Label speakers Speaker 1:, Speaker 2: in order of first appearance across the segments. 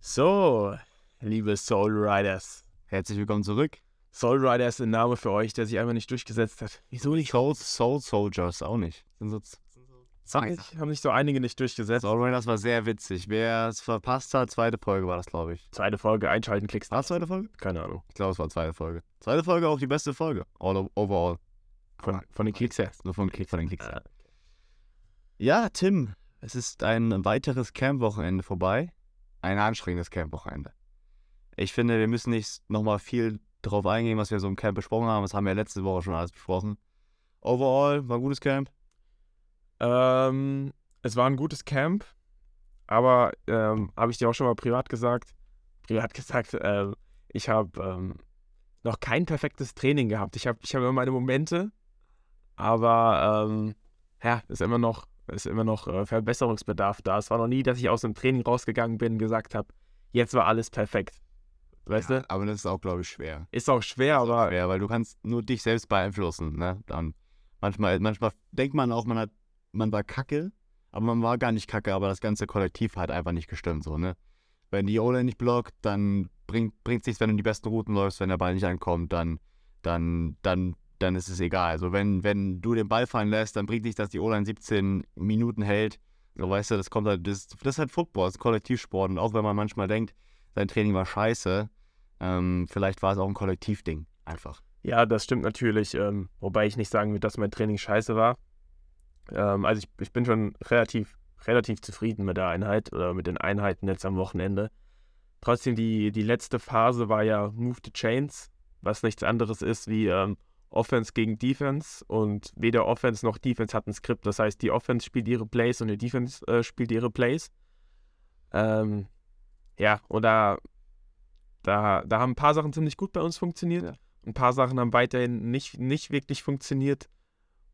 Speaker 1: So, liebe Soul Riders.
Speaker 2: Herzlich willkommen zurück.
Speaker 1: Soul Rider ist ein Name für euch, der sich einfach nicht durchgesetzt hat. Wieso nicht?
Speaker 2: Soul, Soul Soldiers auch nicht. Sind so
Speaker 1: Weiß ich, Haben sich so einige nicht durchgesetzt.
Speaker 2: Soul Raiders war sehr witzig. Wer es verpasst hat, zweite Folge war das, glaube ich.
Speaker 1: Zweite Folge, einschalten, klickst.
Speaker 2: War es zweite Folge?
Speaker 1: Keine Ahnung.
Speaker 2: Ich glaube, es war zweite Folge. Zweite Folge auch die beste Folge. All o- overall.
Speaker 1: Von, von den Klicks her.
Speaker 2: Nur von, Klick, von den Klicks. her. Ja, Tim, es ist ein weiteres Camp-Wochenende vorbei. Ein anstrengendes Camp-Wochenende. Ich finde, wir müssen nicht nochmal viel drauf eingehen, was wir so im Camp besprochen haben. Das haben wir letzte Woche schon alles besprochen. Overall, war ein gutes Camp.
Speaker 1: Ähm, es war ein gutes Camp, aber ähm, habe ich dir auch schon mal privat gesagt. Privat gesagt, ähm, ich habe ähm, noch kein perfektes Training gehabt. Ich habe ich hab immer meine Momente, aber ähm, ja, ist immer noch, ist immer noch äh, Verbesserungsbedarf da. Es war noch nie, dass ich aus dem Training rausgegangen bin und gesagt habe, jetzt war alles perfekt. Weißt
Speaker 2: Ja,
Speaker 1: du?
Speaker 2: Aber das ist auch, glaube ich, schwer.
Speaker 1: Ist auch schwer, aber
Speaker 2: Ja, weil du kannst nur dich selbst beeinflussen, ne? Dann manchmal, manchmal denkt man auch, man hat, man war kacke, aber man war gar nicht kacke, aber das ganze Kollektiv hat einfach nicht gestimmt, so, ne? Wenn die O-Line nicht blockt, dann bringt bringt's nichts, wenn du die besten Routen läufst, wenn der Ball nicht ankommt, dann, dann, dann, dann ist es egal. Also wenn, wenn du den Ball fallen lässt, dann bringt nichts, dass die O-Line 17 Minuten hält. So, weißt du, das kommt halt, das, das ist halt Football, das ist Kollektivsport. Und auch wenn man manchmal denkt, sein Training war scheiße, ähm, vielleicht war es auch ein Kollektivding. Einfach.
Speaker 1: Ja, das stimmt natürlich. Ähm, wobei ich nicht sagen würde, dass mein Training scheiße war. Ähm, also ich, ich bin schon relativ, relativ zufrieden mit der Einheit oder mit den Einheiten jetzt am Wochenende. Trotzdem, die, die letzte Phase war ja Move the Chains, was nichts anderes ist wie ähm, Offense gegen Defense. Und weder Offense noch Defense hat ein Skript. Das heißt, die Offense spielt ihre Plays und die Defense äh, spielt ihre Plays. Ähm, ja, und da, da, da haben ein paar Sachen ziemlich gut bei uns funktioniert.
Speaker 2: Ja.
Speaker 1: Ein paar Sachen haben weiterhin nicht, nicht wirklich funktioniert.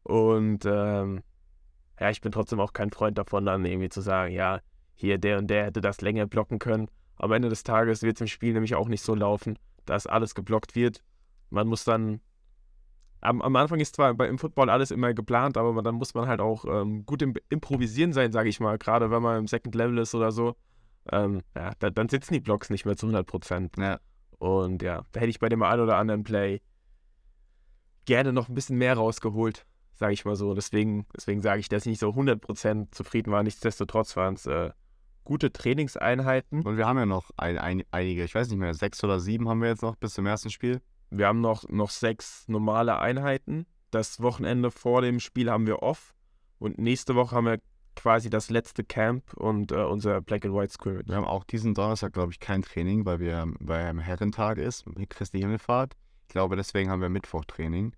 Speaker 1: Und ähm, ja, ich bin trotzdem auch kein Freund davon, dann irgendwie zu sagen, ja, hier der und der hätte das länger blocken können. Am Ende des Tages wird es im Spiel nämlich auch nicht so laufen, dass alles geblockt wird. Man muss dann. Am, am Anfang ist zwar bei, im Football alles immer geplant, aber man, dann muss man halt auch ähm, gut im Improvisieren sein, sage ich mal. Gerade wenn man im Second Level ist oder so. Ähm, ja, da, dann sitzen die Blocks nicht mehr zu 100 Prozent.
Speaker 2: Ja.
Speaker 1: Und ja, da hätte ich bei dem einen oder anderen Play gerne noch ein bisschen mehr rausgeholt, sage ich mal so. Deswegen, deswegen sage ich, dass ich nicht so 100% zufrieden war. Nichtsdestotrotz waren es äh, gute Trainingseinheiten.
Speaker 2: Und wir haben ja noch ein, ein, einige, ich weiß nicht mehr, sechs oder sieben haben wir jetzt noch bis zum ersten Spiel.
Speaker 1: Wir haben noch, noch sechs normale Einheiten. Das Wochenende vor dem Spiel haben wir off. Und nächste Woche haben wir quasi das letzte Camp und äh, unser Black and White Scrimmage.
Speaker 2: Wir haben auch diesen Donnerstag, glaube ich, kein Training, weil wir beim Herrentag ist, mit Christi Himmelfahrt. Ich glaube, deswegen haben wir Mittwoch Training.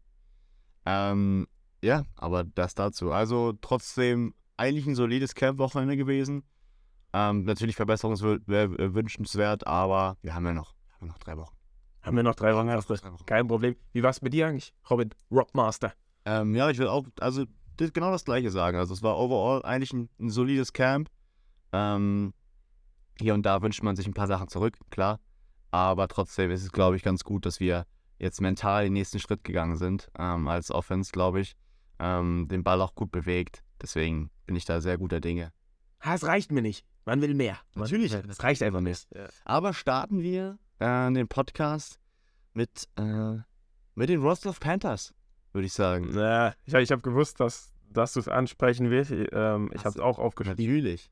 Speaker 2: Ähm, ja, aber das dazu. Also trotzdem eigentlich ein solides Camp-Wochenende gewesen. Ähm, natürlich verbesserungswünschenswert, aber wir haben ja noch, haben ja noch drei Wochen.
Speaker 1: Haben wir noch drei Wochen?
Speaker 2: Noch
Speaker 1: hast du?
Speaker 2: drei Wochen.
Speaker 1: Kein Problem. Wie war es mit dir eigentlich, Robin? Rockmaster.
Speaker 2: Ähm, ja, ich will auch, also das, genau das gleiche sagen. Also es war overall eigentlich ein, ein solides Camp. Ähm, hier und da wünscht man sich ein paar Sachen zurück, klar. Aber trotzdem ist es, glaube ich, ganz gut, dass wir jetzt mental den nächsten Schritt gegangen sind ähm, als Offense, glaube ich. Ähm, den Ball auch gut bewegt. Deswegen bin ich da sehr guter Dinge.
Speaker 1: Ha, Ah, es reicht mir nicht. Man will mehr. Man-
Speaker 2: Natürlich,
Speaker 1: Es reicht einfach nicht.
Speaker 2: Aber starten wir äh, den Podcast mit, äh, mit den Rostov Panthers, würde ich sagen.
Speaker 1: Na, ich, ich habe gewusst, dass, dass du es ansprechen wirst. Ähm, ich
Speaker 2: Ach
Speaker 1: habe es
Speaker 2: so.
Speaker 1: auch aufgeschrieben.
Speaker 2: Natürlich.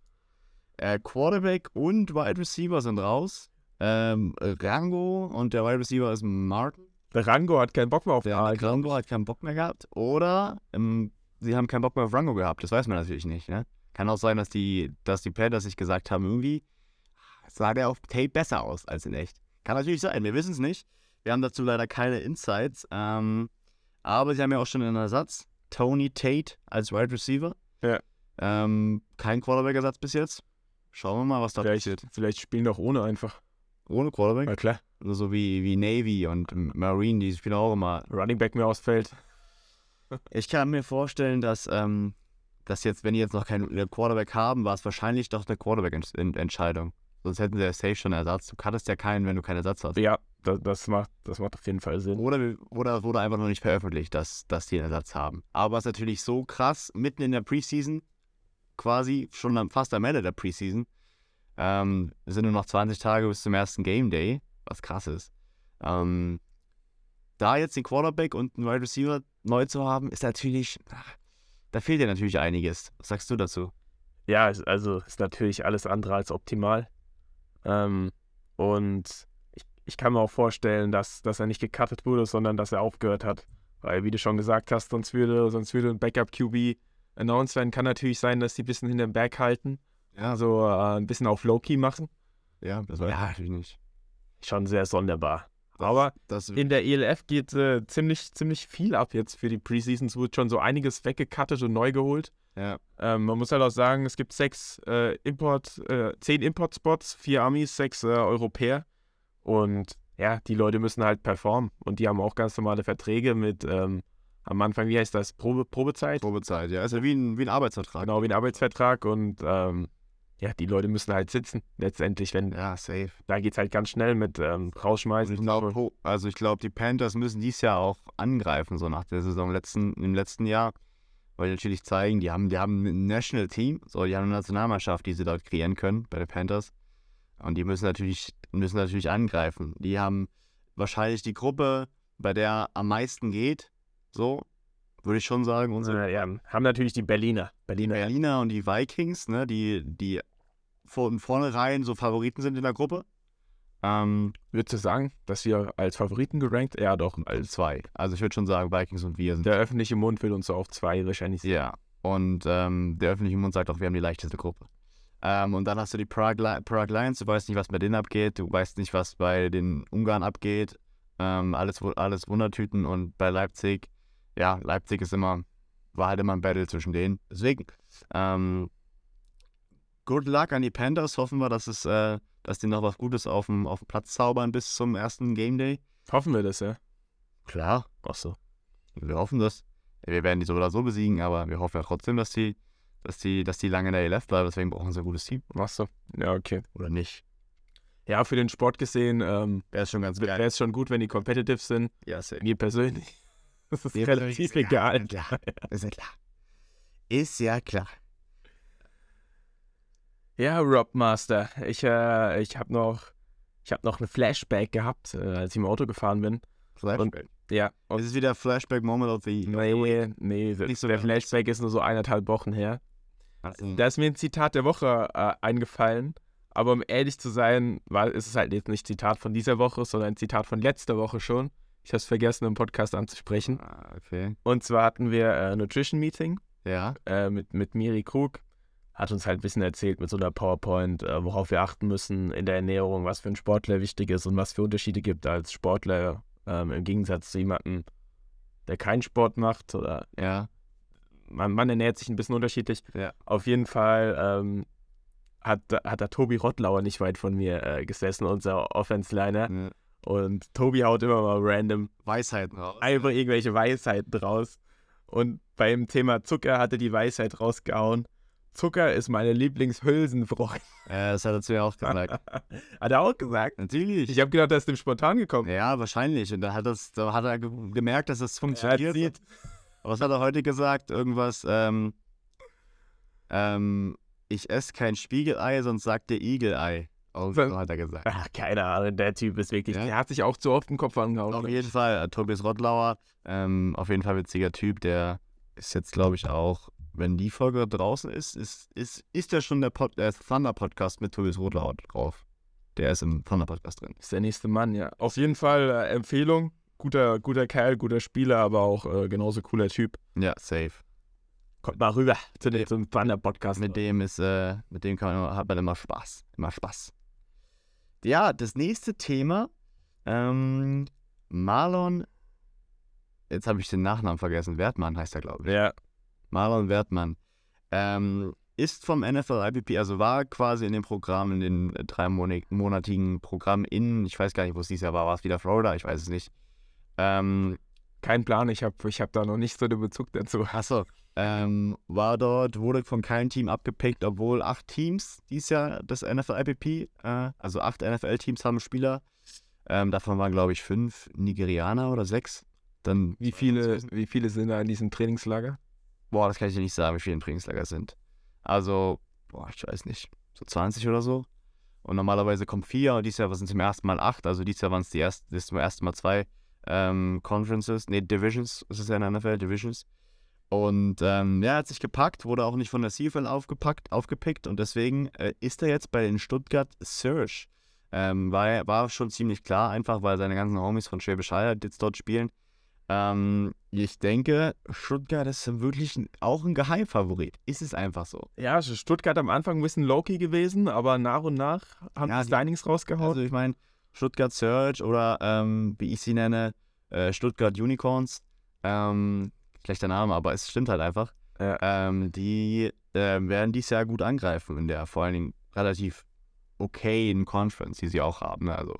Speaker 2: Äh, Quarterback und Wide Receiver sind raus. Ähm, Rango und der Wide Receiver ist Martin.
Speaker 1: Der Rango hat keinen Bock mehr auf
Speaker 2: Der
Speaker 1: den
Speaker 2: Rango hat keinen Bock mehr gehabt. Oder ähm, sie haben keinen Bock mehr auf Rango gehabt. Das weiß man natürlich nicht. Ne? Kann auch sein, dass die, dass die Panthers sich gesagt haben, irgendwie sah der auf Tape besser aus als in echt. Kann natürlich sein. Wir wissen es nicht. Wir haben dazu leider keine Insights. Ähm, aber sie haben ja auch schon einen Ersatz. Tony Tate als Wide Receiver.
Speaker 1: Ja.
Speaker 2: Ähm, kein Quarterback-Ersatz bis jetzt. Schauen wir mal, was da passiert.
Speaker 1: Vielleicht, vielleicht spielen doch ohne einfach.
Speaker 2: Ohne Quarterback.
Speaker 1: Na klar.
Speaker 2: Also so wie, wie Navy und Marine, die spielen auch immer
Speaker 1: Running Back mir ausfällt.
Speaker 2: Ich kann mir vorstellen, dass, ähm, dass jetzt, wenn die jetzt noch keinen Quarterback haben, war es wahrscheinlich doch eine Quarterback-Entscheidung. Sonst hätten sie ja safe schon einen Ersatz. Du hattest ja keinen, wenn du keinen Ersatz hast.
Speaker 1: Ja, das, das, macht, das macht auf jeden Fall Sinn.
Speaker 2: Oder, wir- oder es wurde einfach noch nicht veröffentlicht, dass, dass die einen Ersatz haben. Aber es ist natürlich so krass, mitten in der Preseason, quasi schon am, fast am Ende der Preseason, Ähm, es sind nur noch 20 Tage bis zum ersten Game Day, was krass ist. Ähm, da jetzt den Quarterback und einen Wide Receiver neu zu haben, ist natürlich, ach, da fehlt dir natürlich einiges. Was sagst du dazu?
Speaker 1: Ja, es- also ist natürlich alles andere als optimal. Ähm, und ich, ich kann mir auch vorstellen, dass, dass er nicht gecuttet wurde, sondern dass er aufgehört hat. Weil, wie du schon gesagt hast, sonst würde, sonst würde ein Backup-QB announced werden. Kann natürlich sein, dass die ein bisschen hinterm Berg halten,
Speaker 2: Ja,
Speaker 1: also äh, ein bisschen auf Low-Key machen.
Speaker 2: ja das weiß ja, ich nicht.
Speaker 1: Schon sehr sonderbar. Aber
Speaker 2: Das,
Speaker 1: in der ELF geht äh, ziemlich, ziemlich viel ab jetzt für die Preseason. Es wird schon so einiges weggekattet und neu geholt.
Speaker 2: ja,
Speaker 1: Ähm, man muss halt auch sagen, es gibt sechs äh, Import, äh, zehn Import-Spots, vier Amis, sechs äh, Europäer. Und ja, die Leute müssen halt performen. Und die haben auch ganz normale Verträge mit ähm, am Anfang, wie heißt das, Probe, Probezeit?
Speaker 2: Probezeit, ja. Ist ja wie ein, wie ein Arbeitsvertrag.
Speaker 1: Genau, wie ein Arbeitsvertrag. Und ähm, ja, die Leute müssen halt sitzen letztendlich, wenn
Speaker 2: Ja, safe.
Speaker 1: da geht es halt ganz schnell mit ähm,
Speaker 2: Also
Speaker 1: rausschmeißen.
Speaker 2: ich glaube, also ich glaube, die Panthers müssen dies Jahr auch angreifen, so nach der Saison letzten, im letzten Jahr. Weil die natürlich zeigen, die haben, die haben ein National Team, so die haben eine Nationalmannschaft, die sie dort kreieren können bei den Panthers. Und die müssen natürlich, müssen natürlich angreifen. Die haben wahrscheinlich die Gruppe, bei der am meisten geht, so, würde ich schon sagen, unsere
Speaker 1: Äh, ja, haben natürlich die Berliner.
Speaker 2: die
Speaker 1: Berliner,
Speaker 2: Berliner und die Vikings, ne, die, die von vornherein so Favoriten sind in der Gruppe. Ähm,
Speaker 1: würdest du sagen, dass wir als Favoriten gerankt? Ja, doch.
Speaker 2: als
Speaker 1: Als,
Speaker 2: zwei. Also ich würde schon sagen, Vikings und wir sind.
Speaker 1: der öffentliche Mund will uns so auf zwei wahrscheinlich sehen.
Speaker 2: Ja. Und ähm, der öffentliche Mund sagt auch, wir haben die leichteste Gruppe. Ähm, und dann hast du die Prague, Li- Prague Lions, du weißt nicht, was bei denen abgeht, du weißt nicht, was bei den Ungarn abgeht. Ähm, alles, wu- alles Wundertüten und bei Leipzig, ja, Leipzig ist immer, war halt immer ein Battle zwischen denen. Deswegen, ähm, good luck an die Panthers. Hoffen wir, dass es, äh, dass die noch was Gutes auf dem, auf dem Platz zaubern bis zum ersten Game Day.
Speaker 1: Hoffen wir das, ja?
Speaker 2: Klar,
Speaker 1: Ach so.
Speaker 2: wir hoffen das. Wir werden die so oder so besiegen, aber wir hoffen ja trotzdem, dass die, dass die, dass die lange in der ELF bleiben. Deswegen brauchen sie ein gutes Team.
Speaker 1: Ach so. Ja, okay.
Speaker 2: Oder nicht?
Speaker 1: Ja, für den Sport gesehen ähm,
Speaker 2: Wäre schon ganz
Speaker 1: wäre es schon gut, wenn die competitive sind.
Speaker 2: Ja, safe.
Speaker 1: Mir persönlich. Das ist
Speaker 2: Mir
Speaker 1: relativ
Speaker 2: persönlich-
Speaker 1: egal.
Speaker 2: Ja, klar. Ist ja klar. Ist ja klar.
Speaker 1: Ja, Rob Master. Ich, äh, ich habe noch, ich hab noch ein Flashback gehabt, äh, als ich im Auto gefahren bin.
Speaker 2: Flashback.
Speaker 1: Ja. Und
Speaker 2: es ist wieder Flashback Moment of the Year.
Speaker 1: nee, nee,
Speaker 2: Nicht so
Speaker 1: der
Speaker 2: ganz.
Speaker 1: Flashback ist nur so eineinhalb Wochen her.
Speaker 2: Also,
Speaker 1: Da ist mir ein Zitat der Woche äh, eingefallen. Aber um ehrlich zu sein, war, ist es halt jetzt nicht Zitat von dieser Woche, sondern ein Zitat von letzter Woche schon. Ich habe es vergessen, im Podcast anzusprechen.
Speaker 2: Ah, okay.
Speaker 1: Und zwar hatten wir äh, Nutrition Meeting
Speaker 2: Ja.
Speaker 1: äh, mit, mit Miri Krug. Hat uns halt ein bisschen erzählt mit so einer PowerPoint, äh, worauf wir achten müssen in der Ernährung, was für ein Sportler wichtig ist und was für Unterschiede gibt als Sportler ähm, im Gegensatz zu jemandem, der keinen Sport macht. Oder
Speaker 2: Ja.
Speaker 1: man, man ernährt sich ein bisschen unterschiedlich.
Speaker 2: Ja.
Speaker 1: Auf jeden Fall ähm, hat, hat da Tobi Rottlauer nicht weit von mir äh, gesessen, unser Offense-Liner.
Speaker 2: Ne.
Speaker 1: Und Tobi haut immer mal random
Speaker 2: Weisheiten raus.
Speaker 1: einfach irgendwelche Weisheiten draus. Und beim Thema Zucker hatte die Weisheit rausgehauen. Zucker ist meine Lieblingshülsenfreund.
Speaker 2: Äh, das hat er zu mir auch gesagt.
Speaker 1: Hat er auch gesagt.
Speaker 2: Natürlich.
Speaker 1: Ich habe gedacht, das ist dem spontan gekommen.
Speaker 2: Ja, wahrscheinlich. Und da hat, das, da hat er ge- gemerkt, dass das funktioniert.
Speaker 1: sieht.
Speaker 2: Was hat er heute gesagt? Irgendwas, ähm, ähm, ich esse kein Spiegelei, sonst sagt der Igelei. Oh,
Speaker 1: Was?
Speaker 2: so hat er gesagt.
Speaker 1: Ach, keine Ahnung, der Typ ist wirklich.
Speaker 2: Ja.
Speaker 1: Der hat sich auch zu oft den Kopf
Speaker 2: Auf
Speaker 1: angehauen.
Speaker 2: jeden Fall, äh, Tobias Rottlauer, ähm, auf jeden Fall witziger Typ, der ist jetzt, glaube ich, auch, wenn die Folge draußen ist, ist, ist, ist ja schon der, Pod, der Thunder-Podcast mit Tobias Rottlauer drauf. Der ist im Thunder-Podcast drin.
Speaker 1: Ist der nächste Mann, ja. Auf jeden Fall äh, Empfehlung. Guter, guter Kerl, guter Spieler, aber auch äh, genauso cooler Typ.
Speaker 2: Ja, safe.
Speaker 1: Kommt mal rüber zu dem, zum Thunder-Podcast.
Speaker 2: Mit dem ist, äh, mit dem kann man, immer- hat man immer Spaß. Immer Spaß. Ja, das nächste Thema. Ähm, Marlon. Jetzt habe ich den Nachnamen vergessen. Wertmann heißt er, glaube ich.
Speaker 1: Ja,
Speaker 2: Marlon Wertmann. Ähm, ist vom NFL IPP, also war quasi in dem Programm, in dem dreimonatigen Programm in, ich weiß gar nicht, wo es dieses Jahr war, war es wieder Florida, ich weiß es nicht. Ähm,
Speaker 1: kein Plan. Ich habe ich hab da noch nicht so den Bezug dazu.
Speaker 2: Achso, ähm, war dort, wurde von keinem Team abgepickt, obwohl acht Teams dieses Jahr das NFL-IPP, äh, also acht NFL-Teams haben Spieler. Ähm, davon waren, glaube ich, fünf Nigerianer oder sechs. Dann,
Speaker 1: Wie viele, wie viele sind da in diesem Trainingslager?
Speaker 2: boah, das kann ich dir nicht sagen, wie viele im Trainingslager sind. Also, boah, ich weiß nicht, so 20 oder so. Und normalerweise kommen vier und dieses Jahr sind es zum ersten Mal acht. Also dieses Jahr waren es die erst, das zum ersten Mal zwei ähm, Conferences, nee, Divisions, ist es ja in der NFL, Divisions. Und ähm, ja, hat sich gepackt, wurde auch nicht von der CFL aufgepackt, aufgepickt und deswegen äh, ist er jetzt bei den Stuttgart Surge. Ähm, war, war schon ziemlich klar, einfach weil seine ganzen Homies von Schwäbisch Hall halt jetzt dort spielen. Ähm, ich denke, Stuttgart ist wirklich ein, auch ein Geheimfavorit. Ist es einfach so.
Speaker 1: Ja, also Stuttgart am Anfang ein bisschen low-key gewesen, aber nach und nach haben
Speaker 2: Ja,
Speaker 1: die
Speaker 2: die-
Speaker 1: Slinings rausgehauen.
Speaker 2: Also ich meine, Stuttgart Surge oder ähm, wie ich sie nenne, äh, Stuttgart Unicorns. Ähm, schlechter Name, aber es stimmt halt einfach.
Speaker 1: Ja.
Speaker 2: Ähm, die ähm, werden dieses Jahr gut angreifen in der vor allen Dingen relativ okayen Conference, die sie auch haben. Ne? Also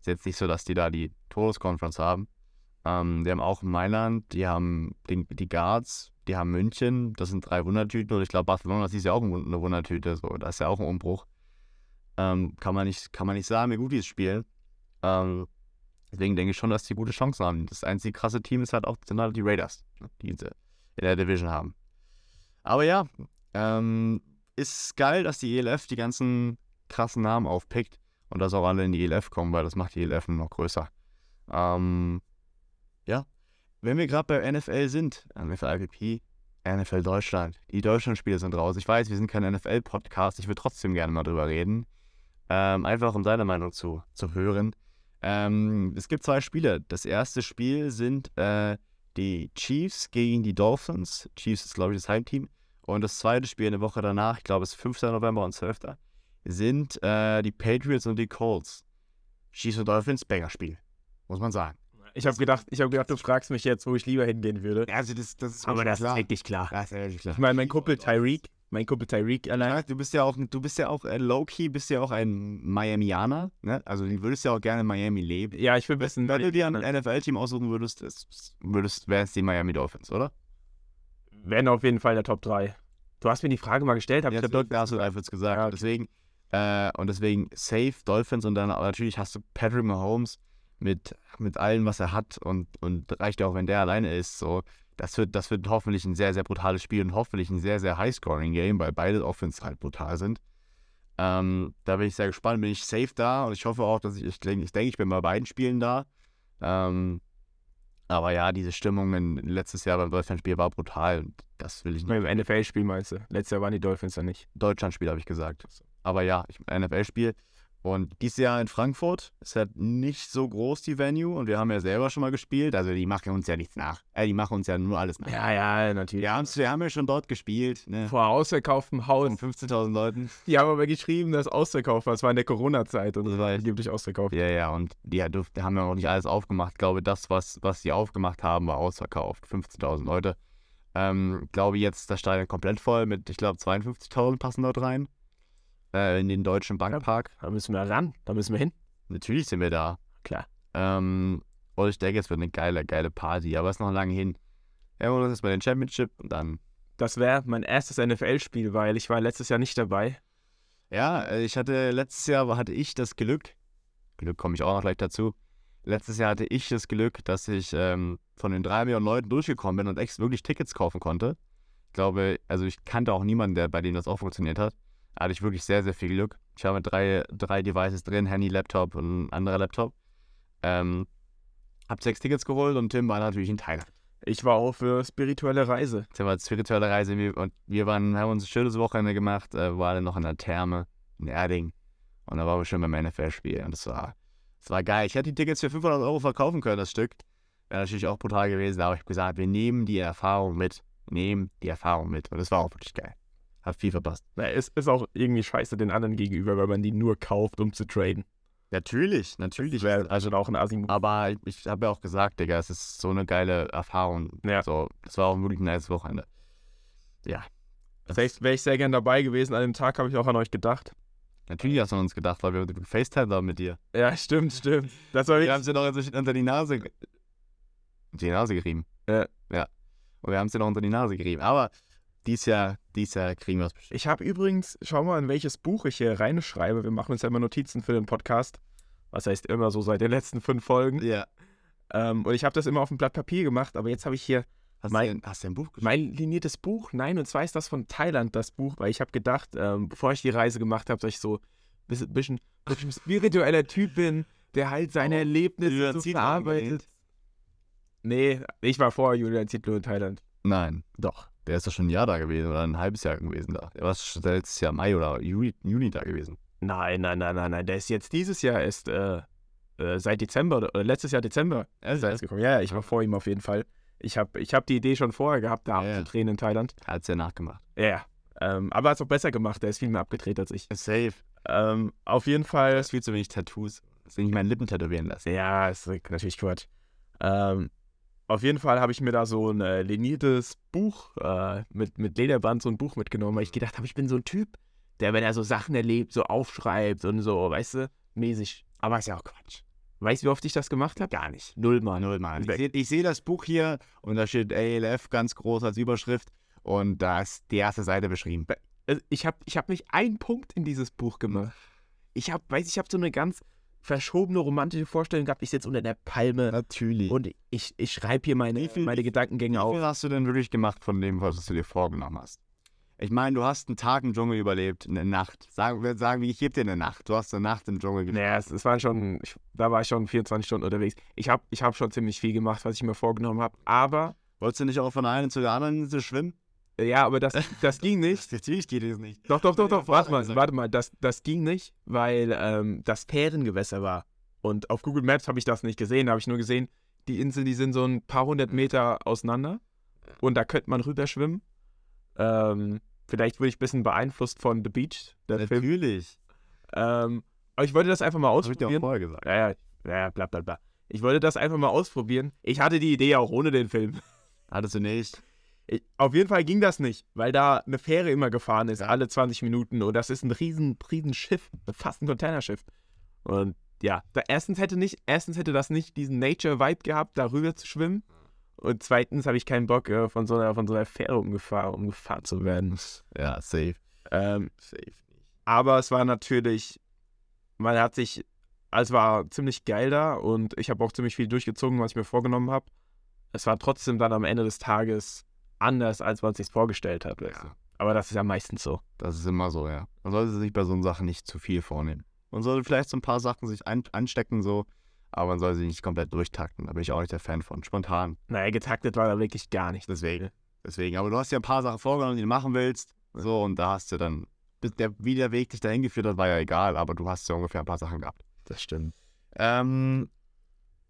Speaker 2: ist jetzt nicht so, dass die da die Todesconference haben. Ähm, die haben auch Mailand, die haben den, die Guards, die haben München, das sind drei Wundertüten und ich glaube Barcelona ist dieses Jahr auch ein Wund- eine Wundertüte, so, da ist ja auch ein Umbruch. Ähm, kann, man nicht, kann man nicht sagen, wie gut die spielen. Ähm, deswegen denke ich schon, dass die gute Chancen haben. Das einzige krasse Team ist halt auch sind halt die Raiders, ne, die sie in der Division haben. Aber ja, ähm, ist geil, dass die ELF die ganzen krassen Namen aufpickt und dass auch alle in die ELF kommen, weil das macht die ELF nur noch größer. Ähm, ja, wenn wir gerade bei NFL sind, NFL IPP, NFL Deutschland, die Deutschlandspiele sind raus. Ich weiß, wir sind kein NFL-Podcast, ich würde trotzdem gerne mal drüber reden. Ähm, einfach um deine Meinung zu, zu hören. Ähm, es gibt zwei Spiele. Das erste Spiel sind äh, die Chiefs gegen die Dolphins. Chiefs ist, glaube ich, das Heimteam. Und das zweite Spiel eine Woche danach, ich glaube, es ist 5. November und 12. sind äh, die Patriots und die Colts. Chiefs und Dolphins, Banger-Spiel. Muss man sagen.
Speaker 1: Ich habe gedacht, ich hab gedacht, du fragst mich jetzt, wo ich lieber hingehen würde.
Speaker 2: Also, das, das ist
Speaker 1: wirklich klar.
Speaker 2: Das ist wirklich klar.
Speaker 1: Ich meine, mein Kumpel Tyreek, ne? mein Kumpel Tyreek allein.
Speaker 2: Ja, du bist ja auch, du bist ja auch äh, low-key, bist ja auch ein Miamianer, ne? Also du würdest ja auch gerne in Miami leben.
Speaker 1: Ja, ich will wissen,
Speaker 2: Wenn du dir ein
Speaker 1: Äh,
Speaker 2: NFL-Team aussuchen würdest, ist- würdest wären es die Miami Dolphins, oder?
Speaker 1: wenn auf jeden Fall in der Top 3. Du hast mir die Frage mal gestellt, habe ich
Speaker 2: Jetzt
Speaker 1: gesagt,
Speaker 2: wird Darcy Leifels gesagt.
Speaker 1: Ja, okay.
Speaker 2: Deswegen, äh, und deswegen safe Dolphins und dann natürlich hast du Patrick Mahomes mit, mit allem, was er hat und, und reicht ja auch, wenn der alleine ist. So, das wird, das wird hoffentlich ein sehr, sehr brutales Spiel und hoffentlich ein sehr, sehr High-Scoring-Game, weil beide Offense halt brutal sind. Ähm, da bin ich sehr gespannt, bin ich safe da und ich hoffe auch, dass ich, ich denke, ich, denk, ich bin bei beiden Spielen da. Ähm, aber ja, diese Stimmung in, letztes Jahr beim Dolphins-Spiel war brutal und das will ich nicht.
Speaker 1: im NFL-Spiel meinst du. Letztes Jahr waren die Dolphins ja nicht.
Speaker 2: Deutschlandspiel, habe ich gesagt.
Speaker 1: Ach so.
Speaker 2: Aber ja, ich NFL-Spiel. Und dieses Jahr in Frankfurt ist halt nicht so groß die Venue und wir haben ja selber schon mal gespielt. Also die machen uns ja nichts nach. Äh, die machen uns ja nur alles nach.
Speaker 1: Ja, ja, natürlich.
Speaker 2: Wir, haben's- wir haben ja schon dort gespielt, ne?
Speaker 1: Vor ausverkauftem Haus.
Speaker 2: Von 15.000 Leuten.
Speaker 1: Die haben aber geschrieben, dass ausverkauft war. Es war in der Corona-Zeit und
Speaker 2: Das war echt-
Speaker 1: angeblich ausverkauft.
Speaker 2: Ja, ja, und die ja, durften- haben ja auch nicht alles aufgemacht. Ich glaube, das, was, was sie aufgemacht haben, war ausverkauft. 15.000 Leute. Ähm, ich glaube, jetzt ist das Stadion komplett voll mit, ich glaube, 52.000 passen dort rein. Äh, in den deutschen Bankpark.
Speaker 1: Da müssen wir ran, da müssen wir hin.
Speaker 2: Natürlich sind wir da.
Speaker 1: Klar.
Speaker 2: Ähm, und ich denke, es wird eine geile, geile Party, aber es ist noch lange hin. Wir holen uns erstmal den Championship und dann.
Speaker 1: Das wäre mein erstes NFL-Spiel, weil ich war letztes Jahr nicht dabei.
Speaker 2: Ja, äh, ich hatte letztes Jahr war- hatte ich das Glück. Glück komme ich auch noch gleich dazu. Letztes Jahr hatte ich das Glück, dass ich ähm, von den drei Millionen Leuten durchgekommen bin und echt wirklich Tickets kaufen konnte. Ich glaube, also ich kannte auch niemanden, der bei dem das auch funktioniert hat. Da hatte ich wirklich sehr, sehr viel Glück. Ich habe drei, drei Devices drin, Handy, Laptop und ein anderer Laptop. Ähm, hab sechs Tickets geholt und Tim war natürlich ein Teil.
Speaker 1: Ich war auch für spirituelle Reise.
Speaker 2: Tim war spirituelle Reise wir- und wir waren, haben uns ein schönes Wochenende gemacht, äh, waren dann noch in der Therme in Erding und da waren wir schon beim NFL-Spiel und das war, das war geil. Ich hätte die Tickets für 500 Euro verkaufen können, das Stück. Wäre natürlich auch brutal gewesen, aber ich habe gesagt, wir nehmen die Erfahrung mit. Nehmen die Erfahrung mit und das war auch wirklich geil. Hab viel verpasst.
Speaker 1: Na, es ist auch irgendwie scheiße den anderen gegenüber, weil man die nur kauft, um zu traden.
Speaker 2: Natürlich, natürlich.
Speaker 1: Wär also auch ein Asimov.
Speaker 2: Aber ich, ich habe ja auch gesagt, Digga, es ist so eine geile Erfahrung.
Speaker 1: Ja.
Speaker 2: So, das war auch wirklich ein nice Wochenende.
Speaker 1: Selbst wäre ich sehr gern dabei gewesen. An dem Tag habe ich auch an euch gedacht.
Speaker 2: Natürlich hast du an uns gedacht, weil wir FaceTime haben mit dir.
Speaker 1: Ja, stimmt, stimmt. Das war
Speaker 2: Wir haben
Speaker 1: wirklich.
Speaker 2: sie noch unter unter die Nase ge- unter die Nase gerieben.
Speaker 1: Ja.
Speaker 2: ja. Und wir haben sie noch unter die Nase gerieben. Aber dies Jahr, dies Jahr kriegen wir es bestimmt.
Speaker 1: Ich habe übrigens, schau mal, in welches Buch ich hier reinschreibe. Wir machen uns ja immer Notizen für den Podcast. Was heißt immer so seit den letzten fünf Folgen.
Speaker 2: Ja.
Speaker 1: Ähm, und ich habe das immer auf ein Blatt Papier gemacht, aber jetzt habe ich hier
Speaker 2: Hast,
Speaker 1: Mein-
Speaker 2: du, denn- hast du ein Buch geschrieben?
Speaker 1: mein liniertes Buch. Nein, und zwar ist das von Thailand das Buch, weil ich habe gedacht, ähm, bevor ich die Reise gemacht habe, dass ich so
Speaker 3: bisschen, bisschen, bisschen spiritueller Typ bin, der halt seine
Speaker 2: Oh,
Speaker 3: Erlebnisse
Speaker 2: Julian
Speaker 3: so
Speaker 2: Zietlow
Speaker 3: verarbeitet.
Speaker 2: angelehnt.
Speaker 3: Nee, ich war vor Julian Zitlo in Thailand.
Speaker 2: Nein,
Speaker 3: Doch.
Speaker 2: der ist doch schon ein Jahr da gewesen oder ein halbes Jahr gewesen da. Der war schon letztes Jahr Mai oder Juli, Juni da gewesen.
Speaker 1: Nein, nein, nein, nein, nein. Der ist jetzt dieses Jahr erst äh, äh, seit Dezember, oder- oder letztes Jahr Dezember
Speaker 2: Er
Speaker 1: ist er erst gekommen. Ja, ja, ich war vor ihm auf jeden Fall. Ich habe ich hab die Idee schon vorher gehabt, da
Speaker 2: Ja, ja.
Speaker 1: abzudrehen in Thailand.
Speaker 2: hat es ja nachgemacht.
Speaker 1: Ja, ja. Ähm, aber hat es auch besser gemacht. Der ist viel mehr abgedreht als ich.
Speaker 2: Safe.
Speaker 1: Ähm, auf jeden Fall.
Speaker 2: Das viel zu wenig Tattoos. Deswegen ich meinen Lippen tätowieren lassen.
Speaker 1: Ja, ist natürlich Quatsch. Ähm, auf jeden Fall habe ich mir da so ein äh, leniertes Buch äh, mit, mit Lederband, so ein Buch mitgenommen, weil ich gedacht habe, ich bin so ein Typ, der, wenn er so Sachen erlebt, so aufschreibt und so, weißt du, mäßig.
Speaker 2: Aber ist ja auch Quatsch.
Speaker 1: Weißt du, wie oft ich das gemacht habe? Gar nicht. Null Mal.
Speaker 2: Null Mal. Ich
Speaker 1: Weg.
Speaker 2: sehe ich seh das Buch hier und da steht ALF ganz groß als Überschrift und da ist die erste Seite beschrieben.
Speaker 1: Also ich habe ich hab nicht einen Punkt in dieses Buch gemacht. Ich habe, weiß ich habe so eine ganz verschobene romantische Vorstellung gehabt. Ich sitze unter der Palme
Speaker 2: Natürlich. Und
Speaker 1: und ich, ich schreibe hier meine,
Speaker 2: Wie viel-
Speaker 1: meine Gedankengänge
Speaker 2: wie
Speaker 1: auf.
Speaker 2: viel hast du denn wirklich gemacht von dem, was du dir vorgenommen hast? Ich meine, du hast einen Tag im Dschungel überlebt, eine Nacht. Sagen wir, sagen, wir, ich gebe dir eine Nacht. Du hast eine Nacht im Dschungel gelebt.
Speaker 1: Naja, es, es waren schon, ich, da war ich schon 24 Stunden unterwegs. Ich habe ich hab schon ziemlich viel gemacht, was ich mir vorgenommen habe. Aber,
Speaker 2: Wolltest du nicht auch von der einen zu der anderen Insel schwimmen?
Speaker 1: äh, ja, aber das, das ging nicht.
Speaker 2: Natürlich geht es nicht.
Speaker 1: Doch, doch, doch, doch, warte mal,
Speaker 2: Gesagt.
Speaker 1: warte mal. Das, das ging nicht, weil ähm, das Fährengewässer war. Und auf Google Maps habe ich das nicht gesehen. Da habe ich nur gesehen, die Inseln, die sind so ein paar hundert Meter auseinander. Und da könnte man rüberschwimmen. Ähm, vielleicht wurde ich ein bisschen beeinflusst von The Beach, der Film.
Speaker 2: Natürlich.
Speaker 1: Ähm, aber ich wollte das einfach mal
Speaker 2: Das habe ich dir auch
Speaker 1: ausprobieren.
Speaker 2: vorher gesagt.
Speaker 1: Ja, ja, ja, bla bla bla. Ich wollte das einfach mal ausprobieren. Ich hatte die Idee auch ohne den Film.
Speaker 2: Hattest du nicht?
Speaker 1: Ich, auf jeden Fall ging das nicht, weil da eine Fähre immer gefahren ist, alle 20 Minuten. Und das ist ein riesen, riesen Schiff, fast ein Containerschiff. Und ja, da, erstens, hätte nicht, erstens hätte das nicht diesen Nature-Vibe gehabt, darüber zu schwimmen. Und zweitens habe ich keinen Bock, äh, von so einer, von so einer Fähre umgefahren, umgefahren zu werden.
Speaker 2: Ja, safe.
Speaker 1: Ähm,
Speaker 2: Safe nicht.
Speaker 1: aber es war natürlich, man hat sich, es war ziemlich geil da und ich habe auch ziemlich viel durchgezogen, was ich mir vorgenommen habe. Es war trotzdem dann am Ende des Tages anders, als man es sich vorgestellt hat. Weißt du?
Speaker 2: Ja.
Speaker 1: Aber das ist ja meistens so.
Speaker 2: Das ist immer so, ja. Man sollte sich bei so Sachen nicht zu viel vornehmen. Man sollte vielleicht so ein paar Sachen sich ein anstecken, so, aber man sollte sich nicht komplett durchtakten. Da bin ich auch nicht der Fan von. Spontan.
Speaker 1: Naja, getaktet war da wirklich gar nicht. Ne?
Speaker 2: Deswegen. Deswegen. Aber du hast ja ein paar Sachen vorgenommen, die du machen willst. So, und da hast du dann. bis Der, wie der Weg dich dahin geführt hat, war ja egal, aber du hast ja ungefähr ein paar Sachen gehabt.
Speaker 1: Das stimmt.
Speaker 2: Ähm,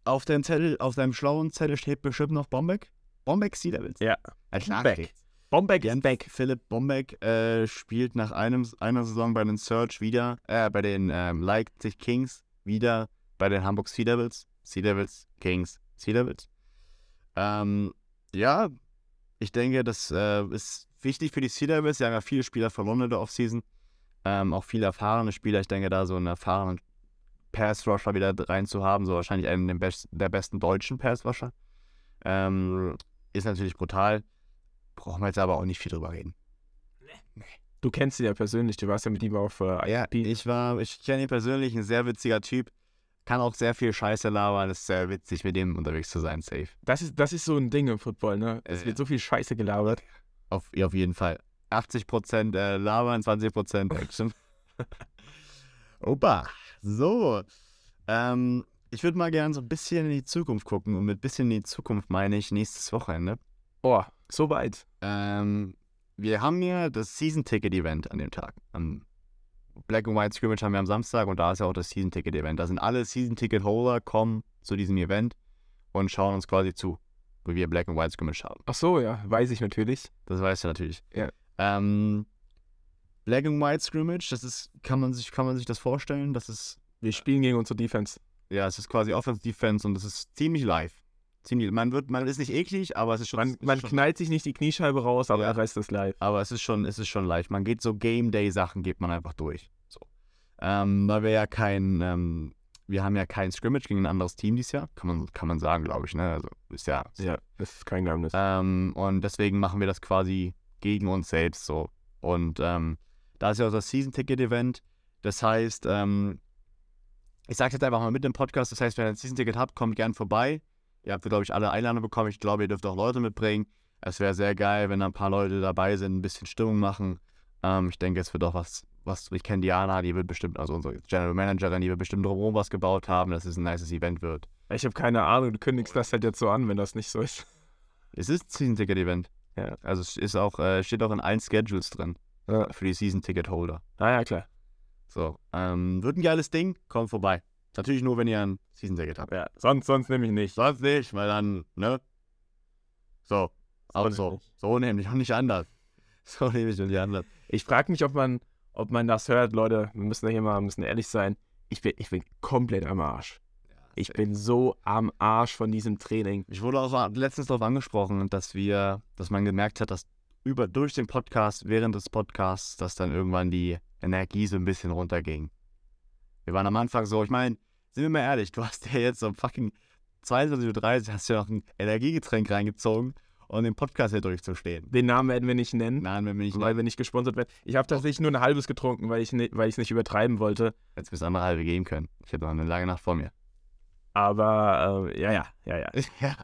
Speaker 2: auf deinem Zettel, auf deinem schlauen Zettel steht bestimmt noch Bombeck. Bombeck Sea Devils.
Speaker 1: Ja.
Speaker 2: Als
Speaker 1: Bombeck.
Speaker 2: Bombeck.
Speaker 1: Bombeck ist
Speaker 2: Jens
Speaker 1: weg.
Speaker 2: Philipp Bombeck äh, spielt nach einem, einer Saison bei den Search wieder, äh, bei den ähm, Leipzig Kings wieder bei den Hamburg Sea Devils. Sea Devils, Kings, Sea Devils. Ähm, ja, ich denke, das äh, ist wichtig für die Sea Devils. Sie haben ja viele Spieler verloren in der Offseason. Ähm, auch viele erfahrene Spieler. Ich denke, da so einen erfahrenen Pass-Rusher wieder reinzuhaben, so wahrscheinlich einen der best- der besten deutschen Pass-Rusher, ähm, ist natürlich brutal. Brauchen wir jetzt aber auch nicht viel drüber reden.
Speaker 1: Du kennst ihn ja persönlich, du warst ja mit ihm auf äh,
Speaker 2: Ja,
Speaker 1: ISP.
Speaker 2: ich war, ich kenne ihn persönlich, ein sehr witziger Typ. Kann auch sehr viel Scheiße labern, ist sehr witzig, mit dem unterwegs zu sein, safe.
Speaker 1: Das ist, das ist so ein Ding im Football, ne? Es
Speaker 2: Ja.
Speaker 1: wird so viel Scheiße gelabert.
Speaker 2: Auf, ja, auf jeden Fall. 80% äh, labern, 20% Action. Opa, so. Ähm, ich würde mal gerne so ein bisschen in die Zukunft gucken und mit bisschen in die Zukunft meine ich nächstes Wochenende.
Speaker 1: Oh, so weit.
Speaker 2: Ähm, wir haben ja das Season-Ticket-Event an dem Tag. Am Black and White Scrimmage haben wir am Samstag und da ist ja auch das Season-Ticket-Event. Da sind alle Season-Ticket-Holder kommen zu diesem Event und schauen uns quasi zu, wie wir Black and White Scrimmage haben.
Speaker 1: Ach so, ja, weiß ich natürlich.
Speaker 2: Das weißt du natürlich.
Speaker 1: Ja.
Speaker 2: Ähm, Black and White Scrimmage, das ist, kann man sich, kann man sich das vorstellen? Das ist,
Speaker 1: Wir spielen gegen unsere Defense.
Speaker 2: ja, es ist quasi Offense Defense und das ist ziemlich live. Ziemlich, man wird, man ist nicht eklig, aber es ist schon,
Speaker 1: Man,
Speaker 2: es ist
Speaker 1: man
Speaker 2: schon
Speaker 1: knallt sich nicht die Kniescheibe raus, aber
Speaker 2: Ja.
Speaker 1: der Rest ist live.
Speaker 2: aber es ist schon, es ist schon leicht. Man geht so Game Day Sachen geht man einfach durch. So, ähm, weil wir ja kein, ähm, wir haben ja kein Scrimmage gegen ein anderes Team dieses Jahr, kann man, kann man sagen, glaube ich. Ne? Also ist ja.
Speaker 1: Ja, das ist kein Geheimnis.
Speaker 2: Ähm, und deswegen machen wir das quasi gegen uns selbst so. Und ähm, da ist ja auch das Season Ticket Event. Das heißt, ähm, ich sage jetzt einfach mal mit dem Podcast. Das heißt, wenn ihr ein Season Ticket habt, kommt gern vorbei. Ihr habt, glaube ich, alle Einladungen bekommen. Ich glaube, ihr dürft auch Leute mitbringen. Es wäre sehr geil, wenn da ein paar Leute dabei sind, ein bisschen Stimmung machen. Ähm, ich denke, es wird auch was, was, ich kenne Diana, die wird bestimmt, also unsere General Managerin, die wird bestimmt drumherum was gebaut haben, dass es ein nices Event wird.
Speaker 1: Ich habe keine Ahnung, du kündigst das halt jetzt so an, wenn das nicht so ist.
Speaker 2: Es ist ein Season-Ticket-Event.
Speaker 1: Ja.
Speaker 2: Also es ist auch, äh, steht auch in allen Schedules drin.
Speaker 1: Ja.
Speaker 2: Für die Season-Ticket-Holder.
Speaker 1: Ah ja, klar.
Speaker 2: So. Ähm, wird ein geiles Ding, kommt vorbei. Natürlich nur, wenn ihr ein Season-Ticket habt.
Speaker 1: Ja, sonst, sonst nehme ich nicht.
Speaker 2: Sonst nicht, weil dann, ne? So. Auch so. So nämlich und nicht anders. So nämlich und nicht anders.
Speaker 1: Ich frage mich, ob man, ob man das hört, Leute. Wir müssen ja hier mal, müssen ehrlich sein. Ich bin, ich bin komplett am Arsch. Ich bin so am Arsch von diesem Training.
Speaker 2: Ich wurde auch letztens darauf angesprochen, dass wir, dass man gemerkt hat, dass über durch den Podcast, während des Podcasts, dass dann irgendwann die Energie so ein bisschen runterging. Wir waren am Anfang so, ich meine, sind wir mal ehrlich, du hast ja jetzt um fucking 22.30 Uhr hast du ja noch ein Energiegetränk reingezogen, um den Podcast hier durchzustehen.
Speaker 1: Den Namen werden wir nicht nennen,
Speaker 2: Nein, wenn wir nicht.
Speaker 1: weil wir nicht gesponsert werden. Ich habe tatsächlich nur ein halbes getrunken, weil ich ne, weil ich es nicht übertreiben wollte.
Speaker 2: Jetzt bis andere halbe geben können. Ich habe noch eine lange Nacht vor mir.
Speaker 1: Aber äh, ja, ja, ja, ja.
Speaker 2: ja.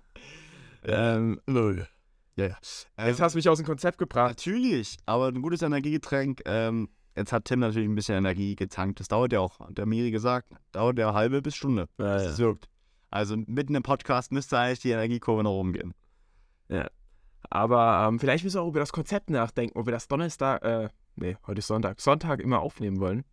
Speaker 2: Ähm, lol. Ja, ja.
Speaker 1: Jetzt hast du mich aus dem Konzept gebracht.
Speaker 2: Natürlich, aber ein gutes Energiegetränk. Ähm, jetzt hat Tim natürlich ein bisschen Energie getankt. Das dauert ja auch, hat der Miri gesagt, dauert ja eine halbe bis Stunde.
Speaker 1: Ja,
Speaker 2: bis
Speaker 1: ja.
Speaker 2: es wirkt. Also mitten im Podcast müsste eigentlich die Energiekurve nach oben gehen.
Speaker 1: Aber ähm, vielleicht müssen wir auch über das Konzept nachdenken, ob wir das Donnerstag, äh, nee, heute ist Sonntag, Sonntag immer aufnehmen wollen.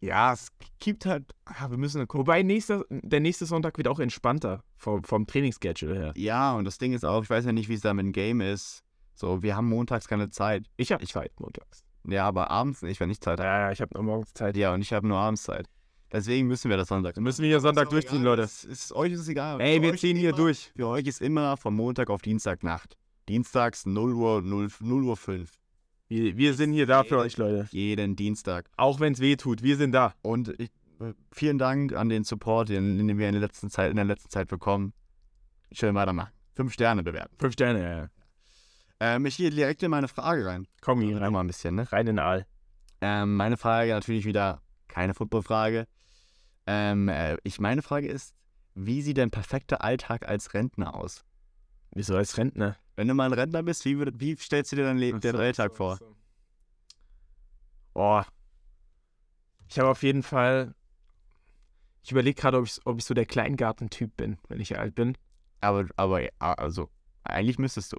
Speaker 2: Ja, es gibt halt, ah, wir müssen gucken.
Speaker 1: Wobei nächster, der nächste Sonntag wird auch entspannter vom, vom Trainingsschedule her.
Speaker 2: Ja, und das Ding ist auch, ich weiß ja nicht, wie es da mit dem Game ist. So, wir haben montags keine Zeit.
Speaker 1: Ich habe Zeit montags.
Speaker 2: Ja, aber abends nicht, wenn ich Zeit habe.
Speaker 1: Ja, ja, ich habe noch morgens Zeit.
Speaker 2: Ja, und ich habe nur abends Zeit. Deswegen müssen wir das Sonntag.
Speaker 1: Müssen wir hier Sonntag durchziehen, Leute.
Speaker 2: Es ist, euch ist es egal.
Speaker 1: Ey,
Speaker 2: Für
Speaker 1: wir
Speaker 2: euch
Speaker 1: ziehen hier
Speaker 2: immer-
Speaker 1: durch.
Speaker 2: Für euch ist immer von Montag auf Dienstagnacht. Dienstags 0 Uhr 0, 0 Uhr 5.
Speaker 1: Wir, wir sind hier da für euch, Leute.
Speaker 2: Jeden Dienstag.
Speaker 1: Auch wenn es weh tut, wir sind da.
Speaker 2: Und ich, äh, vielen Dank an den Support, den, den wir in der letzten Zeit, in der letzten Zeit bekommen. Schön weitermachen. Fünf Sterne bewerten.
Speaker 1: Fünf Sterne, ja, ja.
Speaker 2: Ähm, ich gehe direkt in meine Frage rein.
Speaker 1: Komm hier rein,
Speaker 2: Einmal ein bisschen, ne?
Speaker 1: rein in den Aal.
Speaker 2: Ähm, meine Frage natürlich wieder keine Football-Frage. Ähm, äh, ich, meine Frage ist, wie sieht dein perfekter Alltag als Rentner aus?
Speaker 1: Wieso ne? als Rentner?
Speaker 2: Wenn du mal ein Rentner bist, wie, würd- wie stellst du dir deinen, Le
Speaker 1: Ach
Speaker 2: deinen
Speaker 1: so,
Speaker 2: Alltag
Speaker 1: ach so,
Speaker 2: vor?
Speaker 1: ach so. Oh. Ich habe auf jeden Fall. Ich überlege gerade, ob ich, ob ich so der Kleingartentyp bin, wenn ich alt bin.
Speaker 2: Aber, aber ja, also, eigentlich müsstest du.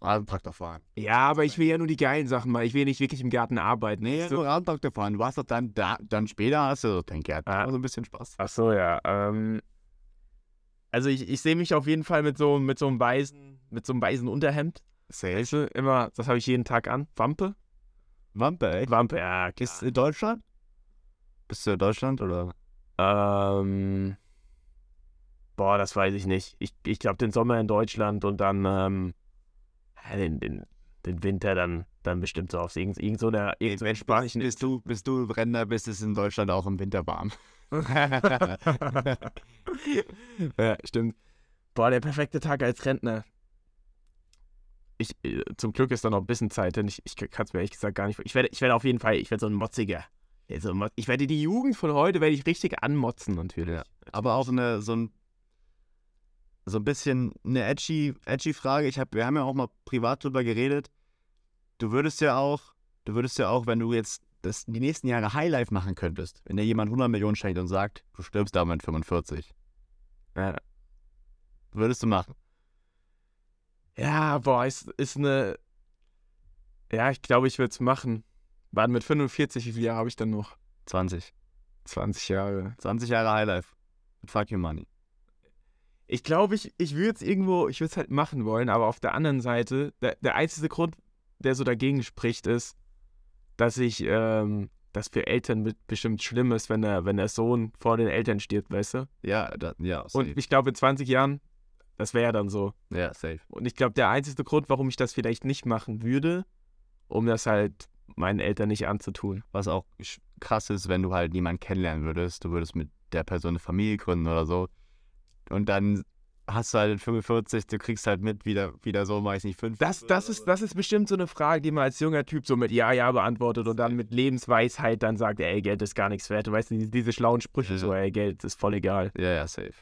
Speaker 1: Also,
Speaker 2: Rahmentraktor fahren.
Speaker 1: Ja, aber ich will ja nur die geilen Sachen machen. Ich will nicht wirklich im Garten arbeiten.
Speaker 2: Nee,
Speaker 1: so.
Speaker 2: nur Rahmentraktor fahren. Du hast doch dann, da, dann später, hast du doch den Gärten.
Speaker 1: Ah.
Speaker 2: Ah. So ein bisschen Spaß.
Speaker 1: Ach so, ja. Ähm, also ich, ich sehe mich auf jeden Fall mit so, mit so einem weißen, mit so einem weißen Unterhemd.
Speaker 2: Sales.
Speaker 1: Also immer, das habe ich jeden Tag an. Wampe?
Speaker 2: Wampe, ey.
Speaker 1: Wampe, ja, klar.
Speaker 2: Ist in Deutschland? Bist du in Deutschland oder?
Speaker 1: Ähm, boah, das weiß ich nicht. Ich, ich glaube, den Sommer in Deutschland und dann ähm, ja, den, den, den Winter dann, dann bestimmt so auf irgend, irgend so einer irgend so einer spanischen
Speaker 2: Bist du, bist du Rentner, bist es in Deutschland auch im Winter warm.
Speaker 1: ja, stimmt. Boah, der perfekte Tag als Rentner. Ich, äh, zum Glück ist da noch ein bisschen Zeit, denn ich, ich kann es mir ehrlich gesagt gar nicht vor- Ich werde, ich werde auf jeden Fall, ich werde so ein Motziger. Ja, So ein Mot- ich werde die Jugend von heute, werde ich richtig anmotzen natürlich.
Speaker 2: Ja. Aber auch eine, so ein so ein bisschen eine edgy, edgy Frage. Ich hab, wir haben ja auch mal privat drüber geredet. Du würdest ja auch, du würdest ja auch, wenn du jetzt das, die nächsten Jahre Highlife machen könntest, wenn dir jemand 100 Millionen schenkt und sagt, du stirbst damit mit 45.
Speaker 1: Ja.
Speaker 2: Würdest du machen.
Speaker 1: Ja, boah, ist, ist eine. Ja, ich glaube, ich würde es machen. Wann mit 45, wie viele Jahre habe ich dann noch?
Speaker 2: 20.
Speaker 1: 20 Jahre.
Speaker 2: 20 Jahre Highlife. Mit fuck your money.
Speaker 1: Ich glaube, ich, ich würde es irgendwo, ich würde es halt machen wollen, aber auf der anderen Seite, der, der einzige Grund, der so dagegen spricht, ist, dass ich, ähm, dass für Eltern mit bestimmt schlimm ist, wenn der, wenn der Sohn vor den Eltern stirbt, weißt du?
Speaker 2: Ja, da, ja, safe.
Speaker 1: Und ich glaube, in 20 Jahren, das wäre ja dann so.
Speaker 2: ja, safe.
Speaker 1: Und ich glaube, der einzige Grund, warum ich das vielleicht nicht machen würde, um das halt meinen Eltern nicht anzutun.
Speaker 2: Was auch sch- krass ist, wenn du halt niemanden kennenlernen würdest. Du würdest mit der Person eine Familie gründen oder so. Und dann hast du halt in 45, du kriegst halt mit, wie der, wie der Sohn, weiß nicht, fünf.
Speaker 1: Das, das, ist, das ist bestimmt so eine Frage, die man als junger Typ so mit Ja, Ja beantwortet und dann mit Lebensweisheit dann sagt, ey, Geld ist gar nichts wert. Du weißt, diese, diese schlauen Sprüche
Speaker 2: Ja.
Speaker 1: so, ey, Geld ist voll egal.
Speaker 2: Ja, ja, safe.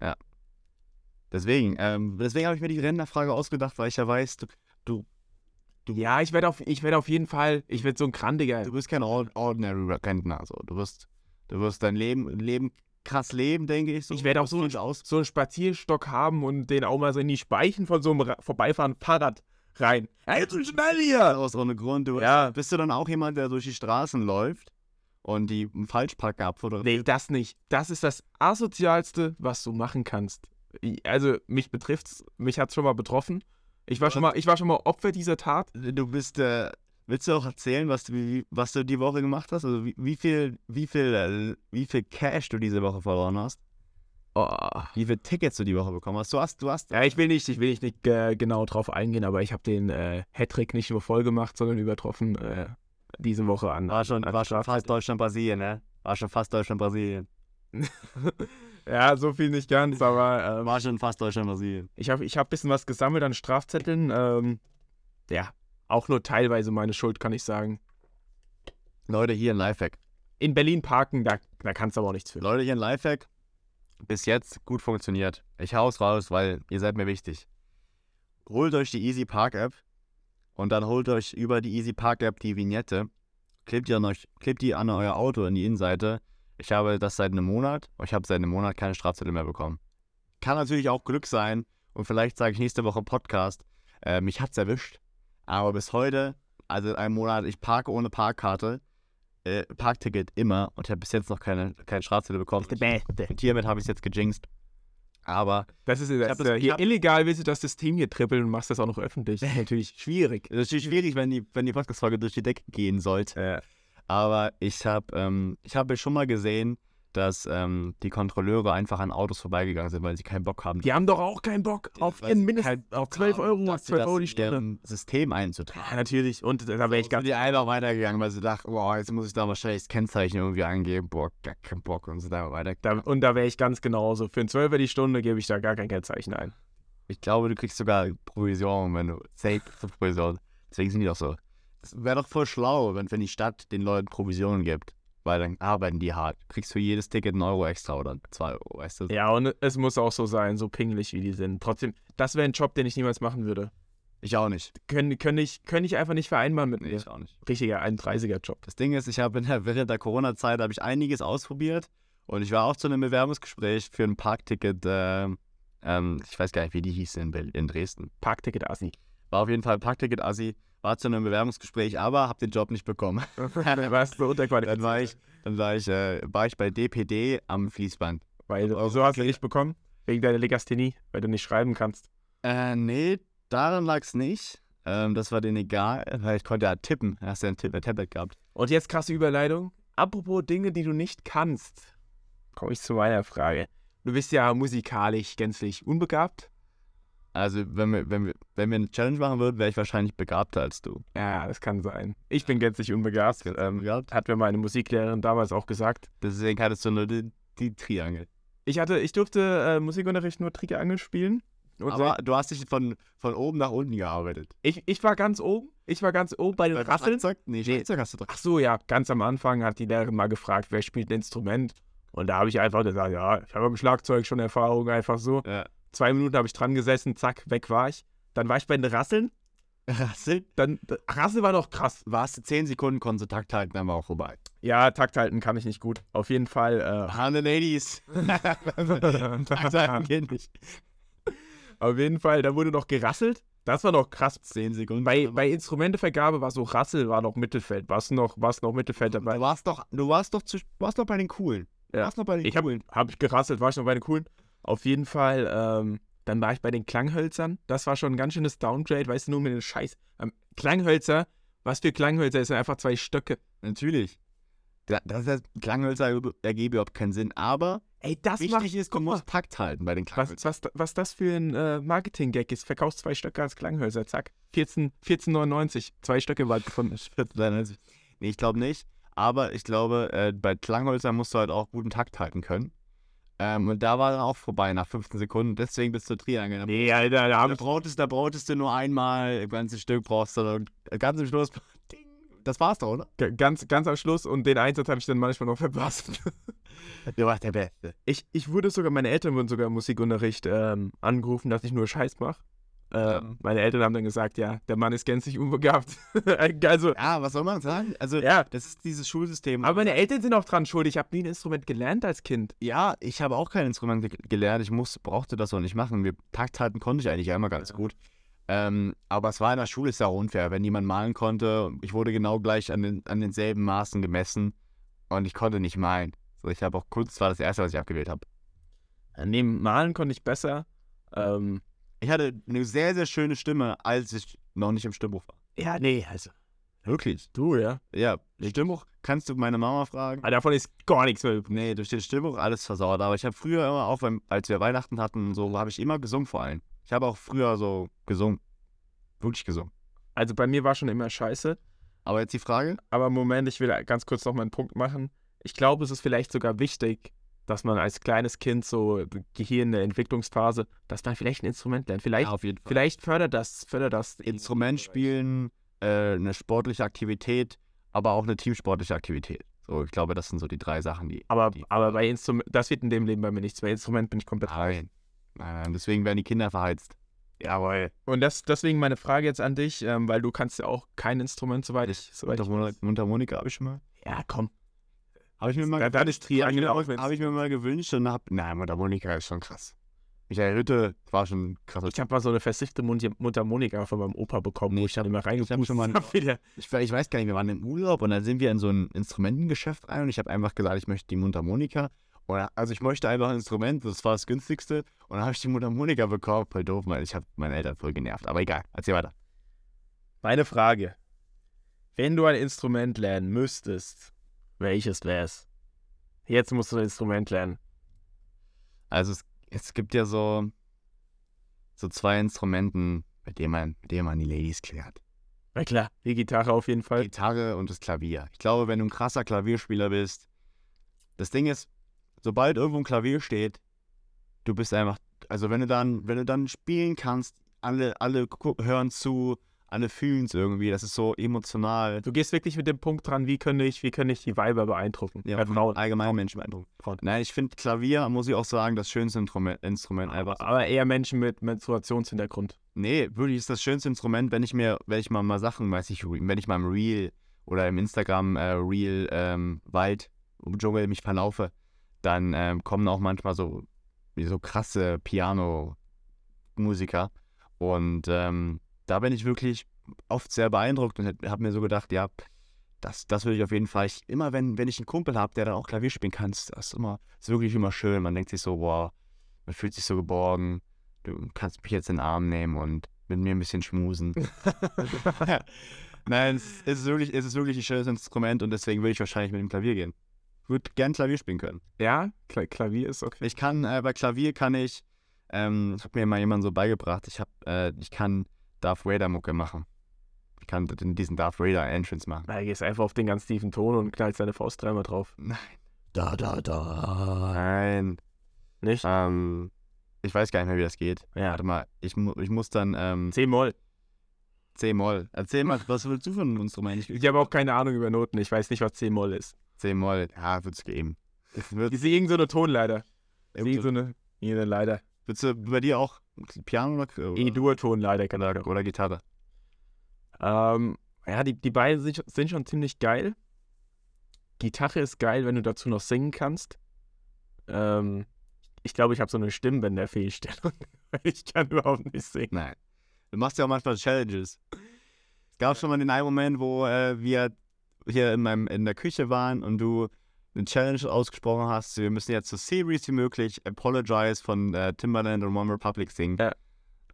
Speaker 2: Ja. Deswegen, ähm, deswegen habe ich mir die Rentnerfrage ausgedacht, weil ich ja weiß, du, du
Speaker 1: Ja, ich werde auf, ich werd auf jeden Fall, ich werde so ein Krandiger.
Speaker 2: Du bist kein or- ordinary Rentner. So. Du, wirst, du wirst dein Leben, Leben krass leben, denke ich. So.
Speaker 1: Ich werde auch so ein-
Speaker 2: viel aus.
Speaker 1: so einen Spazierstock haben und den auch mal so in die Speichen von so einem Ra- vorbeifahrenden Fahrrad rein. Hey, zu schnell hier!
Speaker 2: aus ohne Grund. Du
Speaker 1: Ja.
Speaker 2: bist du dann auch jemand, der durch die Straßen läuft und die Falschparker abfotografiert?
Speaker 1: Nee, das nicht. Das ist das asozialste, was du machen kannst. I- Also, mich betrifft's, mich hat's schon mal betroffen. Ich war schon mal, ich war schon mal Opfer dieser Tat.
Speaker 2: Du bist, äh, willst du auch erzählen, was du, wie, was du die Woche gemacht hast? Also wie, wie viel, wie viel, äh, wie viel Cash du diese Woche verloren hast? Wie viele Tickets du die Woche bekommen hast? Du hast, du hast,
Speaker 1: Ja, ich will nicht, ich will nicht, nicht äh, genau drauf eingehen, aber ich habe den äh, Hattrick nicht nur voll gemacht, sondern übertroffen äh, diese Woche an.
Speaker 2: war schon,
Speaker 1: an
Speaker 2: war schon
Speaker 1: Straf-
Speaker 2: fast Deutschland-Brasilien, ne? War schon fast Deutschland-Brasilien.
Speaker 1: Ja, so viel nicht ganz, aber ähm,
Speaker 2: War schon fast Deutschland-Brasilien.
Speaker 1: Ich habe ich hab ein bisschen was gesammelt an Strafzetteln. Ähm, ja, auch nur teilweise meine Schuld, kann ich sagen.
Speaker 2: Leute, hier ein Lifehack.
Speaker 1: In Berlin parken, da, da kannst du aber auch nichts für.
Speaker 2: Leute, hier ein Lifehack. Bis jetzt gut funktioniert. Ich hau's raus, weil ihr seid mir wichtig. Holt euch die Easy Park App und dann holt euch über die Easy Park App die Vignette. Klebt die an, euch, klebt die an euer Auto in die Innenseite. Ich habe das seit einem Monat. Ich habe seit einem Monat keine Strafzettel mehr bekommen. Kann natürlich auch Glück sein und vielleicht sage ich nächste Woche im Podcast, äh, mich hat's erwischt. Aber bis heute, also in einem Monat, ich parke ohne Parkkarte, äh, Parkticket immer und habe bis jetzt noch keine, keine Strafzettel bekommen.
Speaker 1: Beste.
Speaker 2: Und hiermit habe ich es jetzt gejinxt. Aber
Speaker 1: Das ist das,
Speaker 2: hab das-
Speaker 1: äh,
Speaker 2: ich
Speaker 1: hier
Speaker 2: hab-
Speaker 1: illegal, willst du das System hier trippeln und machst das auch noch öffentlich. Das ist natürlich schwierig.
Speaker 2: es ist natürlich schwierig, wenn die, wenn die Podcast-Folge durch die Decke gehen sollte.
Speaker 1: Äh,
Speaker 2: Aber ich habe ähm, ich habe schon mal gesehen, dass ähm, die Kontrolleure einfach an Autos vorbeigegangen sind, weil sie keinen Bock haben.
Speaker 1: die haben doch auch keinen Bock auf
Speaker 2: Weil
Speaker 1: ihren
Speaker 2: sie
Speaker 1: Mindest.
Speaker 2: keinen
Speaker 1: Auf
Speaker 2: Bock
Speaker 1: 12
Speaker 2: haben,
Speaker 1: Euro,
Speaker 2: Halt dass sie
Speaker 1: 12
Speaker 2: das
Speaker 1: Euro die
Speaker 2: in
Speaker 1: Stunde.
Speaker 2: deren System einzutragen.
Speaker 1: Ja, natürlich. Und da wäre ich
Speaker 2: Sind
Speaker 1: ganz.
Speaker 2: die einfach weitergegangen, weil sie dachten, wow, jetzt muss ich da wahrscheinlich das Kennzeichen irgendwie angeben. Boah, gar keinen Bock. Und sind einfach
Speaker 1: Da,
Speaker 2: weitergegangen.
Speaker 1: und da wäre ich ganz genauso. Für einen 12er die Stunde gebe ich da gar kein Kennzeichen ein.
Speaker 2: Ich glaube, du kriegst sogar Provision, wenn du safe zur Provision. Deswegen sind die doch so. Das wäre doch voll schlau, wenn, wenn die Stadt den Leuten Provisionen gibt. Weil dann arbeiten die hart. Kriegst für jedes Ticket einen Euro extra oder zwei Euro, weißt du?
Speaker 1: Ja, und es muss auch so sein, so pingelig wie die sind. Trotzdem, das wäre ein Job, den ich niemals machen würde.
Speaker 2: Ich auch nicht.
Speaker 1: können, können, ich, können ich einfach nicht vereinbaren mit
Speaker 2: Nee,
Speaker 1: mir.
Speaker 2: ich auch nicht.
Speaker 1: Richtiger 31er-Job.
Speaker 2: Das Ding ist, ich habe in der, während der Corona-Zeit habe ich einiges ausprobiert und ich war auch zu einem Bewerbungsgespräch für ein Parkticket. ähm, ähm, ich weiß gar nicht, wie die hieß in, Berlin, in Dresden.
Speaker 1: Parkticket Assi.
Speaker 2: War auf jeden Fall ein Parkticket-Assi, war zu einem Bewerbungsgespräch, aber habe den Job nicht bekommen.
Speaker 1: da warst du unterqualifiziert.
Speaker 2: Dann war ich, dann war ich, äh, war ich bei DPD am Fließband.
Speaker 1: Weil so hast du nicht bekommen. Wegen deiner Legasthenie, weil du nicht schreiben kannst.
Speaker 2: Äh, nee, daran lag es nicht. Ähm, das war denen egal, weil ich konnte ja tippen. Hast ja ein, Tipp, ein Tablet gehabt.
Speaker 1: Und jetzt krasse Überleitung. Apropos Dinge, die du nicht kannst. Komme ich zu meiner Frage. Du bist ja musikalisch gänzlich unbegabt.
Speaker 2: Also, wenn wir, wenn wir, wenn wir eine Challenge machen würden, wäre ich wahrscheinlich begabter als du.
Speaker 1: Ja, das kann sein. Ich bin gänzlich unbegabt. Ähm,
Speaker 2: Begabt?
Speaker 1: hat mir meine Musiklehrerin damals auch gesagt.
Speaker 2: Deswegen hattest du nur die, die Triangel.
Speaker 1: Ich hatte, ich durfte äh, Musikunterricht nur Triggerangel spielen. Und
Speaker 2: Aber du hast dich von, von oben nach unten gearbeitet.
Speaker 1: ich, ich war ganz oben. Ich war ganz oben bei den
Speaker 2: Beim
Speaker 1: Rasseln.
Speaker 2: Schlagzeug? Nee, Schlagzeug hast du doch.
Speaker 1: Ach so, ja, ganz am Anfang hat die Lehrerin mal gefragt, wer spielt ein Instrument. Und da habe ich einfach gesagt, ja, ich habe am Schlagzeug schon Erfahrung, einfach so.
Speaker 2: Ja.
Speaker 1: Zwei Minuten habe ich dran gesessen, zack, weg war ich. Dann war ich bei den Rasseln.
Speaker 2: Rasseln?
Speaker 1: Dann, ach, Rasseln war doch krass.
Speaker 2: Warst du 10 Sekunden, konntest du Takt halten, dann war auch vorbei.
Speaker 1: Ja, Takt halten kann ich nicht gut. Auf jeden Fall.
Speaker 2: Hane Ladies. Takt halten
Speaker 1: Äh,
Speaker 2: geht nicht.
Speaker 1: auf jeden Fall, da wurde noch gerasselt. Das war noch krass.
Speaker 2: 10 Sekunden.
Speaker 1: Bei, bei Instrumentevergabe war so Rassel, war noch Mittelfeld. Warst noch, war's noch Mittelfeld dabei?
Speaker 2: Du warst doch, du warst doch, zu, warst doch bei den Coolen. Du
Speaker 1: Ja.
Speaker 2: warst noch bei den
Speaker 1: Ich
Speaker 2: Coolen.
Speaker 1: Habe ich gerasselt, war ich noch bei den coolen. Auf jeden Fall, ähm, dann war ich bei den Klanghölzern. Das war schon ein ganz schönes Downgrade, weißt du, nur mit den Scheiß. Ähm, Klanghölzer, was für Klanghölzer ist denn einfach zwei Stöcke?
Speaker 2: Natürlich. Da, das heißt, Klanghölzer ergebe- ergebe überhaupt keinen Sinn, aber
Speaker 1: Ey, das macht.
Speaker 2: wichtig ist, du
Speaker 1: guck mal.
Speaker 2: musst Takt halten bei den
Speaker 1: Was,
Speaker 2: Klanghölzern.
Speaker 1: was, was das für ein äh, Marketing-Gag ist, verkaufst zwei Stöcke als Klanghölzer, zack. 14 14,99. Zwei Stöcke waren gefunden.
Speaker 2: Nee, ich glaube nicht. Aber ich glaube, äh, bei Klanghölzern musst du halt auch guten Takt halten können. Ähm, und da war dann auch vorbei nach 15 Sekunden. Deswegen bist du Triangel. Da-
Speaker 1: Nee, Alter, da
Speaker 2: Da brauchtest, da brauchtest du nur einmal, ein ganzes Stück brauchst du dann ganz am Schluss. Ding. Das war's doch, oder?
Speaker 1: ich ganz, ganz am Schluss und den Einsatz habe ich dann manchmal noch verpasst.
Speaker 2: Du warst der Beste.
Speaker 1: Ich, ich wurde sogar, meine Eltern wurden sogar im Musikunterricht ähm, angerufen, dass ich nur Scheiß mache. Äh,
Speaker 2: Ja.
Speaker 1: Meine Eltern haben dann gesagt, ja, der Mann ist gänzlich unbegabt. also,
Speaker 2: Ja, was soll man sagen? Also,
Speaker 1: ja.
Speaker 2: das ist dieses Schulsystem.
Speaker 1: Aber meine Eltern sind auch dran schuld. Ich habe nie ein Instrument gelernt als Kind.
Speaker 2: ja, ich habe auch kein Instrument ge gelernt. Ich musste, brauchte das auch nicht machen. Wir, Takt halten konnte ich eigentlich einmal ganz gut. Ähm, aber es war in der Schule ist ja auch unfair, wenn niemand malen konnte. Ich wurde genau gleich an, den, an denselben Maßen gemessen und ich konnte nicht malen. So, ich habe auch Kunst war das erste, was ich abgewählt habe.
Speaker 1: Neben Äh, Malen konnte ich besser. Ähm,
Speaker 2: Ich hatte eine sehr, sehr schöne Stimme, als ich noch nicht im Stimmbuch war.
Speaker 1: ja, nee, also.
Speaker 2: Wirklich?
Speaker 1: Du, ja.
Speaker 2: Ja, Stimmbuch kannst du meine Mama fragen.
Speaker 1: Aber davon ist gar nichts mehr. übrig.
Speaker 2: Nee, durch den Stimmbuch alles versaut. Aber ich habe früher immer, auch beim, als wir Weihnachten hatten, und so habe ich immer gesungen vor allem. Ich habe auch früher so gesungen. Wirklich gesungen.
Speaker 1: Also bei mir war schon immer scheiße.
Speaker 2: Aber jetzt die Frage?
Speaker 1: Aber Moment, ich will ganz kurz noch meinen Punkt machen. Ich glaube, es ist vielleicht sogar wichtig, dass man als kleines Kind so Gehirn in der Entwicklungsphase, dass man vielleicht ein Instrument lernt. Vielleicht,
Speaker 2: auf jeden Fall.
Speaker 1: vielleicht fördert das, fördert das
Speaker 2: Instrument spielen, äh, eine sportliche Aktivität, aber auch eine teamsportliche Aktivität. So, ich glaube, das sind so die drei Sachen, die.
Speaker 1: Aber,
Speaker 2: die-
Speaker 1: aber bei Instrument, das wird in dem Leben bei mir nichts. Bei Instrument bin ich komplett.
Speaker 2: Nein. Nein, nein, deswegen werden die Kinder verheizt. Jawohl.
Speaker 1: Und das, deswegen meine Frage jetzt an dich, ähm, weil du kannst ja auch kein Instrument, soweit ich. Soweit ich
Speaker 2: Mundharmonika, Mundharmonika habe ich schon mal.
Speaker 1: ja, komm.
Speaker 2: Habe ich mir mal
Speaker 1: Da- da ist Triangel
Speaker 2: habe
Speaker 1: auch
Speaker 2: ich, mir
Speaker 1: wenn's-
Speaker 2: mal- hab ich mir mal gewünscht und hab. Nein, Mundharmonika ist schon krass. Michael Hütte war schon ein krasser
Speaker 1: Ich habe mal so eine versiffte Mund- Mundharmonika von meinem Opa bekommen,
Speaker 2: Nee,
Speaker 1: wo
Speaker 2: ich
Speaker 1: ich dann
Speaker 2: hab-
Speaker 1: immer
Speaker 2: hab
Speaker 1: reingepustet
Speaker 2: schon mal-
Speaker 1: habe. Hab wieder.
Speaker 2: ich, we- ich weiß gar nicht, wir waren im Urlaub und dann sind wir in so ein Instrumentengeschäft rein und ich habe einfach gesagt, ich möchte die Mundharmonika. Oder, also ich möchte einfach ein Instrument, das war das günstigste. Und dann habe ich die Mundharmonika bekommen. Voll doof, weil ich habe meine Eltern voll genervt. Aber egal, erzähl weiter.
Speaker 1: Meine Frage. Wenn du ein Instrument lernen müsstest, welches wär's? Jetzt musst du ein Instrument lernen.
Speaker 2: Also es, es gibt ja so, so zwei Instrumenten, mit denen man, mit denen man die Ladies klärt.
Speaker 1: Na klar, die Gitarre auf jeden Fall.
Speaker 2: Gitarre und das Klavier. Ich glaube, wenn du ein krasser Klavierspieler bist, das Ding ist, sobald irgendwo ein Klavier steht, du bist einfach, also wenn du dann, wenn du dann spielen kannst, alle, alle gu- hören zu, alle fühlen es irgendwie, das ist so emotional.
Speaker 1: Du gehst wirklich mit dem Punkt dran, wie kann ich, wie kann ich die Weiber beeindrucken?
Speaker 2: Ja,
Speaker 1: Äh, Frauen.
Speaker 2: Allgemein Menschen beeindrucken.
Speaker 1: Frauen.
Speaker 2: Nein, ich finde Klavier, muss ich auch sagen, das schönste Instrument, Instrument einfach.
Speaker 1: Aber eher Menschen mit Menstruationshintergrund.
Speaker 2: Nee, wirklich ist das schönste Instrument, wenn ich mir, wenn ich mal, mal Sachen, weiß ich, wenn ich mal im Reel oder im Instagram äh, Reel ähm, Wald im Dschungel mich verlaufe, dann ähm, kommen auch manchmal so, so krasse Piano-Musiker. Und ähm, da bin ich wirklich oft sehr beeindruckt und habe mir so gedacht, ja, das, das würde ich auf jeden Fall. Ich, immer wenn, wenn ich einen Kumpel habe, der dann auch Klavier spielen kann, ist das immer, ist wirklich immer schön. Man denkt sich so, wow, man fühlt sich so geborgen. Du kannst mich jetzt in den Arm nehmen und mit mir ein bisschen schmusen. Nein, es ist, wirklich, es ist wirklich ein schönes Instrument und deswegen würde ich wahrscheinlich mit dem Klavier gehen. Ich würde gern Klavier spielen können.
Speaker 1: Ja, Kla Klavier ist okay.
Speaker 2: Ich kann, äh, bei Klavier kann ich, ähm, das hat mir mal jemand so beigebracht, ich, hab, äh, ich kann Darth Vader Mucke machen. Ich kann den- diesen Darth Vader Entrance machen.
Speaker 1: Na, du gehst einfach auf den ganz tiefen Ton und knallst deine Faust dreimal drauf.
Speaker 2: Da, da, da. Nein.
Speaker 1: Nicht?
Speaker 2: Ähm, ich weiß gar nicht mehr, wie das geht.
Speaker 1: Ja,
Speaker 2: Warte mal, ich, mu ich muss dann ähm,
Speaker 1: C-Moll.
Speaker 2: C-Moll. Erzähl mal, was willst du für ein Instrument? Ich-
Speaker 1: Ich habe auch keine Ahnung über Noten. Ich weiß nicht, was C-Moll ist.
Speaker 2: C-Moll, ja, wird's geben. Es Wird,
Speaker 1: Ich sehe irgendeine so Tonleiter. Ich sehe so
Speaker 2: Irgendso-
Speaker 1: eine, irgendeine Leiter.
Speaker 2: Willst du bei dir auch Piano oder, oder,
Speaker 1: E-Dur-Tonleiter, keine Ahnung.
Speaker 2: oder, oder Gitarre?
Speaker 1: Ähm, ja, die, die beiden sind, sind schon ziemlich geil. Gitarre ist geil, wenn du dazu noch singen kannst. Ähm, ich glaube, ich habe so eine Stimmbänderfehlstellung. weil ich kann überhaupt nicht singen.
Speaker 2: Nein. Du machst ja auch manchmal Challenges. Es gab schon mal den einen Moment, wo äh, wir hier in, meinem, in der Küche waren und du eine Challenge ausgesprochen hast. Wir müssen jetzt so serious wie möglich Apologize von äh, Timbaland und One Republic singen.
Speaker 1: Ja.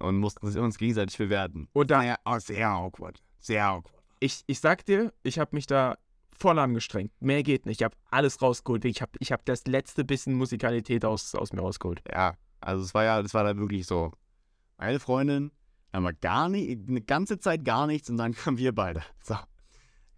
Speaker 2: Und mussten sie uns gegenseitig bewerten.
Speaker 1: Und da,
Speaker 2: ja, sehr awkward. Sehr awkward.
Speaker 1: ich, ich sag dir, ich habe mich da voll angestrengt. Mehr geht nicht. Ich habe alles rausgeholt. Ich habe ich hab das letzte bisschen Musikalität aus, aus mir rausgeholt.
Speaker 2: Ja, also es war ja, es war da wirklich so. Meine Freundin, haben wir gar nicht, eine ganze Zeit gar nichts und dann kamen wir beide. So.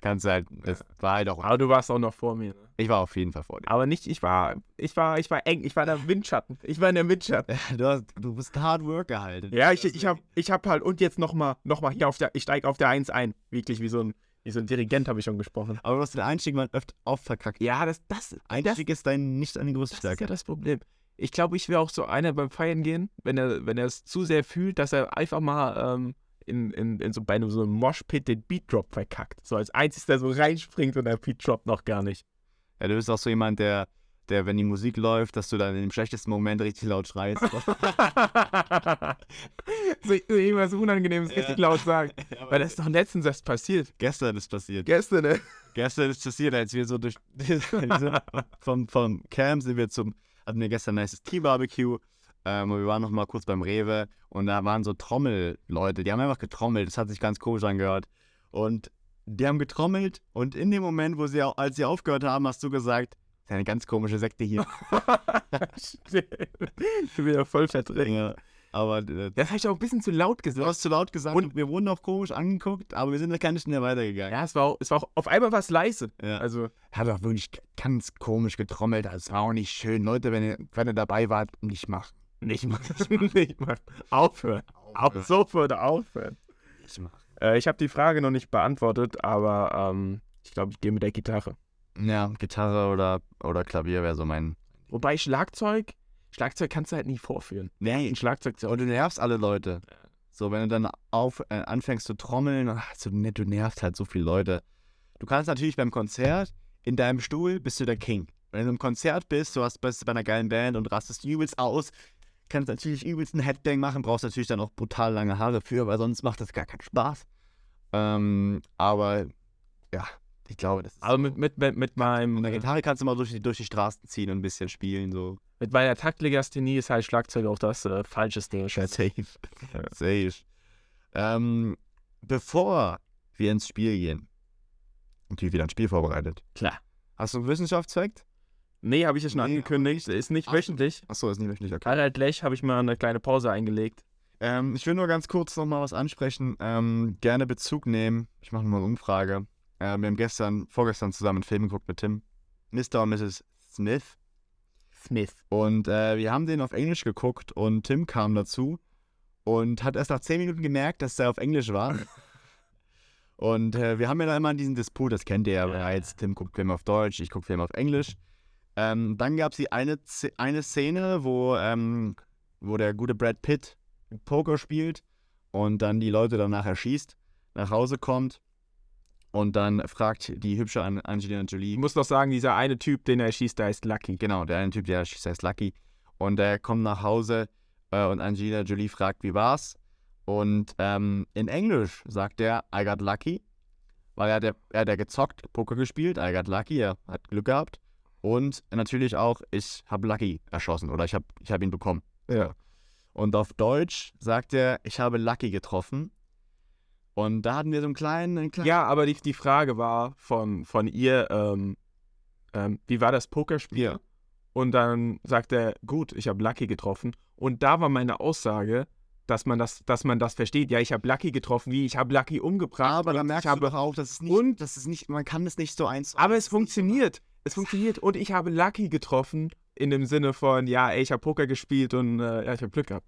Speaker 2: Kannst halt, es war halt auch.
Speaker 1: Aber du warst auch noch vor mir. Ne?
Speaker 2: Ich war auf jeden Fall vor dir.
Speaker 1: Aber nicht, ich war, ich war, ich war eng. Ich war der Windschatten. Ich war in der Windschatten.
Speaker 2: Du, hast, du bist hard worker halt.
Speaker 1: Ja, ich, ich hab, ich hab halt, und jetzt nochmal, noch mal hier auf der, ich steig auf der 1 ein. Wirklich wie so ein, wie so ein Dirigent habe ich schon gesprochen.
Speaker 2: Aber du hast den Einstieg mal öfter oft verkackt.
Speaker 1: Ja, das, das, das,
Speaker 2: Einstieg ist dein nicht eine größte
Speaker 1: das ist ja
Speaker 2: Stärke.
Speaker 1: das Problem. Ich glaube, ich wäre auch so einer beim Feiern gehen, wenn er, wenn er es zu sehr fühlt, dass er einfach mal ähm, in, in, in so bei einem so einem Moshpit den Beat Drop verkackt. So als einziger so reinspringt und der Beat Drop noch gar nicht.
Speaker 2: Ja, du bist auch so jemand, der, der, wenn die Musik läuft, dass du dann im schlechtesten Moment richtig laut schreist.
Speaker 1: so, so irgendwas Unangenehmes
Speaker 2: Ja.
Speaker 1: richtig laut sagen.
Speaker 2: Ja, aber
Speaker 1: Weil das ist doch letztens erst passiert.
Speaker 2: gestern ist passiert.
Speaker 1: Gestern, ne?
Speaker 2: Gestern ist passiert, als wir so durch. wir sind vom, vom Camp sind wir zum. hatten wir gestern ein nices T-Barbecue. Ähm, und wir waren noch mal kurz beim Rewe. Und da waren so Trommelleute. Die haben einfach getrommelt. Das hat sich ganz komisch angehört. Und die haben getrommelt. Und in dem Moment, wo sie, au- als sie aufgehört haben, hast du gesagt: Das ist eine ganz komische Sekte hier.
Speaker 1: ich bin wieder voll verdrängt.
Speaker 2: Ja, aber äh,
Speaker 1: Das habe ich auch ein bisschen zu laut
Speaker 2: du
Speaker 1: gesagt.
Speaker 2: hast zu laut gesagt.
Speaker 1: Und-
Speaker 2: Und wir wurden auch komisch angeguckt. Aber wir sind da gar nicht mehr weitergegangen.
Speaker 1: Ja, es war, auch, es war auch, auf einmal war es leise.
Speaker 2: Ja.
Speaker 1: Also,
Speaker 2: hat auch wirklich ganz komisch getrommelt. Das war auch nicht schön. Leute, wenn ihr, wenn ihr dabei wart, nicht machen.
Speaker 1: nicht mal, nicht mal. Aufhören. Auf, sofort aufhören.
Speaker 2: Nicht machen.
Speaker 1: Äh, ich habe die Frage noch nicht beantwortet, aber ähm, ich glaube, ich gehe mit der Gitarre.
Speaker 2: Ja, Gitarre oder, oder Klavier wäre so mein.
Speaker 1: Wobei Schlagzeug, Schlagzeug kannst du halt nie vorführen.
Speaker 2: Nee,
Speaker 1: Ein Schlagzeug
Speaker 2: und du nervst alle Leute. So, wenn du dann auf, äh, anfängst zu trommeln, ach, so, ne, du nervst halt so viele Leute. Du kannst natürlich beim Konzert, in deinem Stuhl bist du der King. Wenn du im Konzert bist, du hast, bist bei einer geilen Band und rastest übelst aus, kannst natürlich übelst einen Headbang machen, brauchst natürlich dann auch brutal lange Haare für, weil sonst macht das gar keinen Spaß. Ähm, aber ja, ich glaube, das ist.
Speaker 1: aber Also mit, mit, mit, mit meinem,
Speaker 2: mit einer
Speaker 1: mit
Speaker 2: Gitarre kannst du mal durch die, durch die Straßen ziehen und ein bisschen spielen, so.
Speaker 1: meiner Taktlegasthenie ist halt Schlagzeug auch das äh, falsche Ding.
Speaker 2: safe.
Speaker 1: Ja.
Speaker 2: safe. Ähm, bevor wir ins Spiel gehen, natürlich wieder ein Spiel vorbereitet.
Speaker 1: Klar.
Speaker 2: Hast du einen Wissenschaftszweck?
Speaker 1: Nee, habe ich ja schon
Speaker 2: Nee,
Speaker 1: angekündigt. Ist nicht
Speaker 2: Ach so.
Speaker 1: wöchentlich.
Speaker 2: Achso, ist nicht wirklich okay.
Speaker 1: Harald Lech habe ich mal eine kleine Pause eingelegt.
Speaker 2: Ähm, ich will nur ganz kurz nochmal was ansprechen. Ähm, gerne Bezug nehmen. Ich mache nochmal eine Umfrage. Ähm, wir haben gestern, vorgestern zusammen einen Film geguckt mit Tim. Mr. und Mrs. Smith.
Speaker 1: Smith.
Speaker 2: Und äh, wir haben den auf Englisch geguckt und Tim kam dazu und hat erst nach 10 Minuten gemerkt, dass der auf Englisch war. und äh, wir haben ja da immer diesen Disput, das kennt ihr ja bereits. Tim guckt Filme auf Deutsch, ich gucke Filme auf Englisch. Ähm, dann gab es eine, Z- eine Szene, wo, ähm, wo der gute Brad Pitt Poker spielt und dann die Leute danach erschießt, nach Hause kommt und dann fragt die hübsche An- Angelina Jolie.
Speaker 1: Ich muss noch sagen, dieser eine Typ, den er schießt, der ist Lucky.
Speaker 2: Genau, der eine Typ, der schießt, heißt Lucky. Und der kommt nach Hause äh, und Angelina Jolie fragt, wie war's? Und ähm, in Englisch sagt er, I got lucky. Weil er hat, ja- er hat ja gezockt, Poker gespielt, I got lucky, er hat Glück gehabt. Und natürlich auch, ich habe Lucky erschossen oder ich habe ich hab ihn bekommen.
Speaker 1: Ja.
Speaker 2: Und auf Deutsch sagt er, ich habe Lucky getroffen. Und da hatten wir so einen kleinen, einen kleinen
Speaker 1: Ja, aber die, die Frage war von, von ihr, ähm, ähm, wie war das Pokerspiel?
Speaker 2: Ja.
Speaker 1: Und dann sagt er, gut, ich habe Lucky getroffen. Und da war meine Aussage, dass man das, dass man das versteht. Ja, ich habe Lucky getroffen, wie ich habe Lucky umgebracht.
Speaker 2: Aber da
Speaker 1: und
Speaker 2: merkst
Speaker 1: ich
Speaker 2: du
Speaker 1: habe,
Speaker 2: doch auch, dass es nicht,
Speaker 1: Und-
Speaker 2: dass es nicht, man kann das nicht so eins.
Speaker 1: Aber es funktioniert. Es funktioniert. Und ich habe Lucky getroffen in dem Sinne von, ja, ey, ich habe Poker gespielt und äh, ja, ich habe Glück gehabt.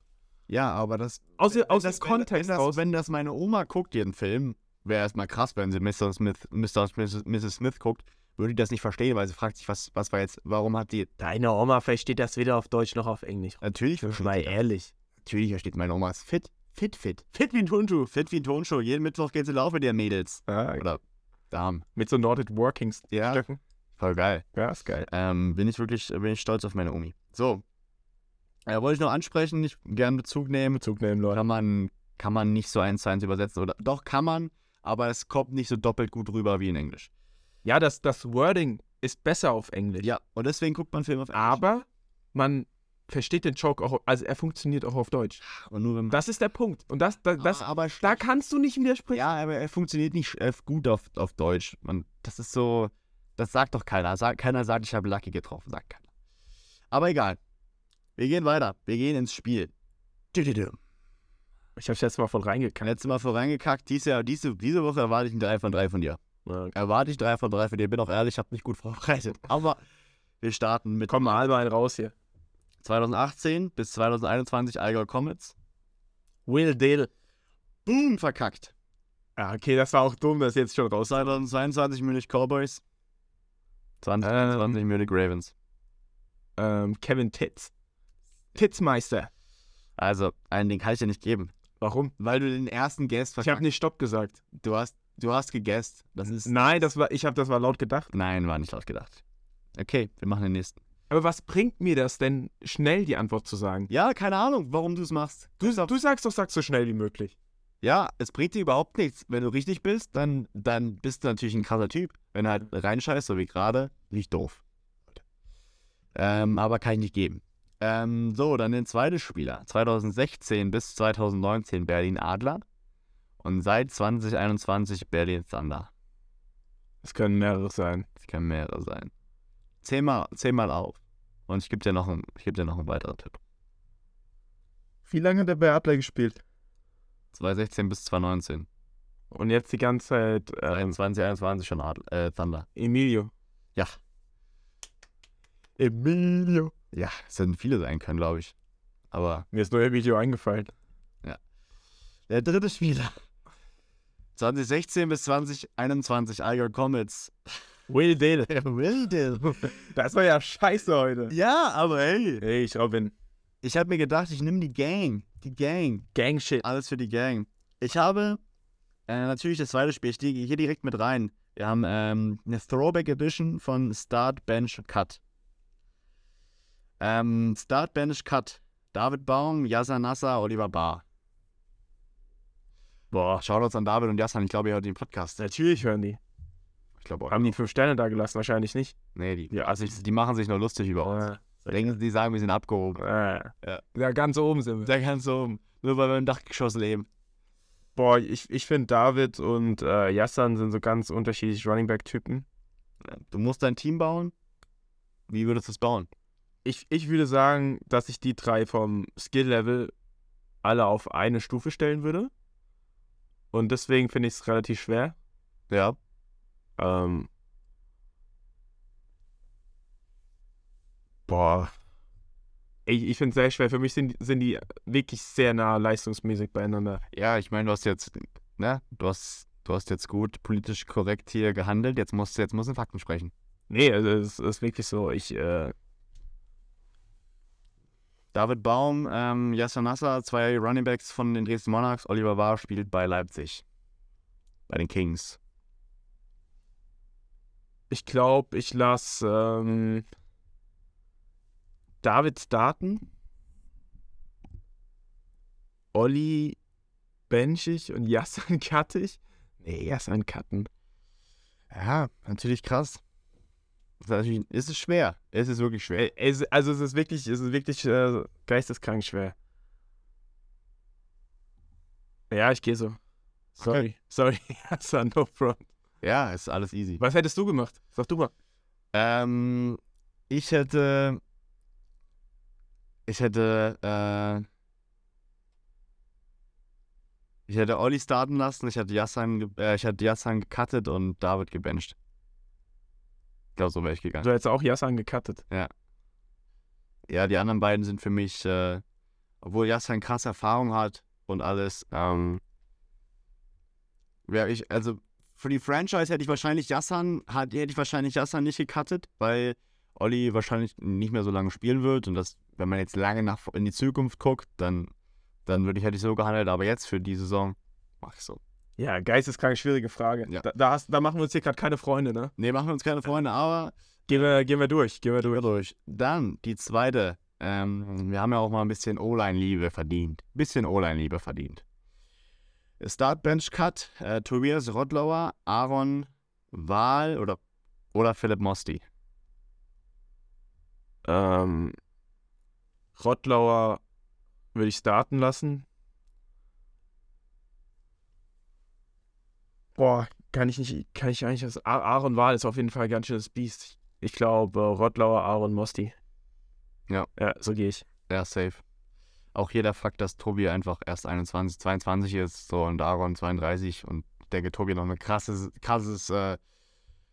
Speaker 2: Ja, aber das
Speaker 1: Aus,
Speaker 2: Wenn-
Speaker 1: aus
Speaker 2: wenn
Speaker 1: dem
Speaker 2: das-
Speaker 1: Kontext
Speaker 2: wenn das,
Speaker 1: raus.
Speaker 2: Wenn das meine Oma guckt, jeden Film, wäre erstmal krass, wenn sie Mr. Smith, Mr. und Mrs. Mrs. Smith guckt, würde die das nicht verstehen, weil sie fragt sich, was, was war jetzt, warum hat die.
Speaker 1: Deine Oma versteht das weder auf Deutsch noch auf Englisch.
Speaker 2: Natürlich versteht,
Speaker 1: Mal ehrlich.
Speaker 2: natürlich versteht meine Oma ist fit. Fit, fit. Fit wie ein Turnschuh. Fit wie ein Turnschuh. Jeden Mittwoch geht sie laufen mit ihr Mädels. Oder Damen.
Speaker 1: Mit so Nordic Working
Speaker 2: Ja.
Speaker 1: Stöcken.
Speaker 2: Voll geil.
Speaker 1: Ja, ist geil.
Speaker 2: Ähm, bin ich wirklich, bin ich stolz auf meine Omi. So. Äh, wollte ich noch ansprechen, ich gerne Bezug nehmen.
Speaker 1: Bezug nehmen, Leute.
Speaker 2: Kann man, kann man nicht so eins zu eins übersetzen. Oder doch kann man, aber es kommt nicht so doppelt gut rüber wie in Englisch.
Speaker 1: Ja, das, das Wording ist besser auf Englisch.
Speaker 2: Ja, und deswegen guckt man Filme auf Englisch.
Speaker 1: Aber man versteht den Joke auch, also er funktioniert auch auf Deutsch.
Speaker 2: Und nur wenn man,
Speaker 1: Das ist der Punkt. Und das, das, das
Speaker 2: Ah, aber
Speaker 1: da
Speaker 2: stark.
Speaker 1: kannst du nicht widersprechen.
Speaker 2: Ja, aber er funktioniert nicht äh, gut auf, auf Deutsch. Man, das ist so, das sagt doch keiner. Sa- keiner sagt, ich habe Lucky getroffen, sagt keiner. Aber egal. Wir gehen weiter. Wir gehen ins Spiel. Tütütü.
Speaker 1: Ich hab's jetzt mal voll reingekackt.
Speaker 2: Letztes Mal vorangekackt. Dies Jahr, diese, diese Woche erwarte ich ein 3 von 3 von dir.
Speaker 1: Ja.
Speaker 2: Erwarte ich 3 von 3 von dir. Bin auch ehrlich, ich habe mich gut vorbereitet. Aber wir starten mit
Speaker 1: Komm mal halber einen raus hier.
Speaker 2: 2018 bis 2021 Allgäu Comets.
Speaker 1: Will Dill.
Speaker 2: Boom, verkackt.
Speaker 1: Ja, okay, das war auch dumm, das jetzt schon raus.
Speaker 2: 2022 Munich Cowboys. Äh. 2021 Munich Ravens.
Speaker 1: Ähm, Kevin Titz. Pitzmeister.
Speaker 2: Also, einen, den kann ich dir nicht geben.
Speaker 1: Warum?
Speaker 2: Weil du den ersten Guest
Speaker 1: Ich habe
Speaker 2: verkackt
Speaker 1: nicht Stopp gesagt.
Speaker 2: Du hast, du hast geguessed. Das ist.
Speaker 1: Nein, das war, ich habe das war laut gedacht.
Speaker 2: Nein, war nicht laut gedacht. Okay, wir machen den nächsten.
Speaker 1: Aber was bringt mir das denn, schnell die Antwort zu sagen?
Speaker 2: Ja, keine Ahnung, warum du es machst.
Speaker 1: Du, du sagst doch, sag so schnell wie möglich.
Speaker 2: Ja, es bringt dir überhaupt nichts. Wenn du richtig bist, dann, dann bist du natürlich ein krasser Typ. Wenn du halt reinscheißt, so wie gerade, nicht doof. Ähm, aber kann ich nicht geben. Ähm, so, dann den zweiten Spieler. 2016 bis 2019 Berlin Adler und seit 2021 Berlin Thunder.
Speaker 1: Es können mehrere sein.
Speaker 2: Das können mehrere sein. Zehnmal, zehnmal auf. Und ich gebe dir, noch einen- ich geb dir noch einen weiteren Tipp.
Speaker 4: Wie lange hat er bei Adler gespielt?
Speaker 2: 2016 bis 2019.
Speaker 1: Und jetzt die ganze Zeit ähm,
Speaker 2: 2021 schon Adler, äh, Thunder.
Speaker 1: Emilio.
Speaker 2: Ja.
Speaker 1: Emilio.
Speaker 2: Ja, es hätten viele sein können, glaube ich. Aber
Speaker 1: Mir ist nur Emilio eingefallen.
Speaker 2: der dritte Spieler. 2016 bis 2021 Alger Comets.
Speaker 1: Will Dale.
Speaker 2: Wilde.
Speaker 1: Das war ja scheiße heute.
Speaker 2: Ja, aber hey.
Speaker 1: Hey, ich Robin.
Speaker 2: Ich habe mir gedacht, ich nehme die Gang. Die Gang.
Speaker 1: Gangshit.
Speaker 2: Alles für die Gang. Ich habe äh, natürlich das zweite Spiel. Ich gehe hier direkt mit rein. Wir haben ähm, eine Throwback Edition von Start, Bench, Cut. Ähm, Start, Bench, Cut. David Baum, Yasser Nasser, Oliver Bar. Boah, Shoutouts an David und Yasser. Ich glaube, ihr hört den Podcast.
Speaker 1: Natürlich hören die.
Speaker 2: Ich glaube, auch.
Speaker 1: Haben die fünf Sterne da gelassen? Wahrscheinlich nicht.
Speaker 2: Nee, die,
Speaker 1: Ja, also
Speaker 2: die machen sich nur lustig über uns.
Speaker 1: Äh,
Speaker 2: Denken, die sagen, wir sind abgehoben.
Speaker 1: äh.
Speaker 2: Ja.
Speaker 1: Ja, ganz oben sind wir.
Speaker 2: Da kannst du um. Nur weil wir im Dachgeschoss leben.
Speaker 1: Boah, ich, ich finde David und äh, Yassan sind so ganz unterschiedliche Running Back-Typen.
Speaker 2: Du musst dein Team bauen. Wie würdest du es bauen?
Speaker 1: ich, ich würde sagen, dass ich die drei vom Skill-Level alle auf eine Stufe stellen würde. Und deswegen finde ich es relativ schwer.
Speaker 2: Ja.
Speaker 1: Ähm, boah. Ich, ich finde es sehr schwer. Für mich sind, sind die wirklich sehr nah leistungsmäßig beieinander.
Speaker 2: Ja, ich meine, du hast jetzt, ne, du hast, du hast jetzt gut politisch korrekt hier gehandelt. Jetzt musst, jetzt musst du in Fakten sprechen.
Speaker 1: Nee, also es ist wirklich so. Ich, äh,
Speaker 2: David Baum, ähm, Yasser Nasser, zwei Runningbacks von den Dresden Monarchs. Oliver Wahr spielt bei Leipzig. Bei den Kings.
Speaker 1: ich glaube, ich lasse ähm, David starten. Olli benchig und Jassan kattig. Nee, Jassan katten.
Speaker 2: Ja, natürlich krass. Ist, natürlich, ist es schwer. Es ist wirklich schwer.
Speaker 1: Es, also es ist wirklich, es ist wirklich äh, geisteskrank schwer. Ja, ich gehe so. Sorry, sorry, Jassan, no front.
Speaker 2: Ja, es ist alles easy.
Speaker 1: Was hättest du gemacht? Sag du mal.
Speaker 2: Ähm, ich hätte. Ich hätte. Äh, ich hätte Olli starten lassen, ich hätte Yassan, ge- äh, ich hätte Yassan gecuttet und David gebencht. Ich glaube, so wäre ich gegangen.
Speaker 1: Du hättest auch Jassan gekattet.
Speaker 2: Ja, die anderen beiden sind für mich, äh, obwohl Yassan krass Erfahrung hat und alles. Ähm, ja, ich, also für die Franchise hätte ich wahrscheinlich Yassan, hat, hätte ich wahrscheinlich Yassan nicht gecuttet, weil Olli wahrscheinlich nicht mehr so lange spielen wird. Und das, wenn man jetzt lange nach in die Zukunft guckt, dann, dann würde ich, hätte ich so gehandelt. Aber jetzt für die Saison mach ich so.
Speaker 1: Ja, geisteskrank, schwierige Frage.
Speaker 2: Ja.
Speaker 1: Da, da, hast, da machen wir uns hier gerade keine Freunde, ne?
Speaker 2: Nee, machen wir uns keine Freunde, aber
Speaker 1: Gehen wir, gehen wir durch, gehen wir
Speaker 2: Ja,
Speaker 1: durch.
Speaker 2: durch. Dann die zweite. Ähm, wir haben ja auch mal ein bisschen O-Line-Liebe verdient. Bisschen O-Line-Liebe verdient. Start Bench Cut, äh, Tobias Rottlauer, Aaron Wahl oder, oder Philipp Mosti.
Speaker 1: Ähm, Rottlauer würde ich starten lassen. Boah, kann ich nicht, kann ich eigentlich aus. A- Aaron Wahl ist auf jeden Fall ein ganz schönes Biest. Ich glaube, äh, Rottlauer, Aaron Mosti.
Speaker 2: Ja.
Speaker 1: Ja, so gehe ich.
Speaker 2: Ja, safe. Auch hier der Fakt, dass Tobi einfach erst 21, 22 ist so und Aaron 32 und ich denke, Tobi noch eine krasse, krasses, äh,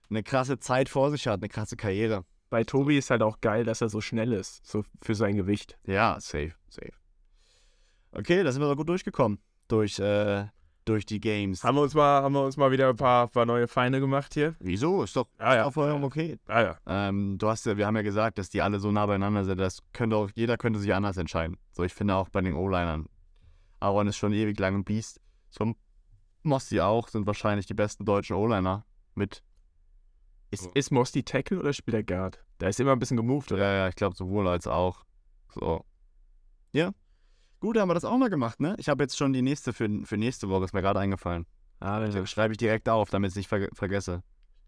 Speaker 2: eine krasse Zeit vor sich hat, eine krasse Karriere.
Speaker 1: Bei Tobi ist halt auch geil, dass er so schnell ist, so für sein Gewicht.
Speaker 2: Ja, safe, safe. Okay, da sind wir doch gut durchgekommen. Durch äh, durch die Games.
Speaker 1: Haben wir uns mal, haben wir uns mal wieder ein paar, paar neue Feinde gemacht hier?
Speaker 2: Wieso? Ist doch
Speaker 1: Ah,
Speaker 2: ist
Speaker 1: ja.
Speaker 2: doch vollkommen okay.
Speaker 1: Ah ja.
Speaker 2: Ähm, du hast ja, wir haben ja gesagt, dass die alle so nah beieinander sind, dass könnte auch, jeder könnte sich anders entscheiden. So, ich finde auch bei den O-Linern. Aaron ist schon ewig lang ein Biest. So Mosti auch, sind wahrscheinlich die besten deutschen O-Liner mit.
Speaker 1: Ist, ist Mosti Tackle oder spielt er Guard? Da ist immer ein bisschen gemoved,
Speaker 2: Ja,
Speaker 1: oder?
Speaker 2: ja, ich glaube sowohl als auch. So. Ja. Gut, haben wir das auch mal gemacht, ne? Ich habe jetzt schon die nächste für, für nächste Woche, ist mir gerade eingefallen.
Speaker 1: Ah, also,
Speaker 2: Schreibe ich direkt auf, damit ich es nicht verge vergesse.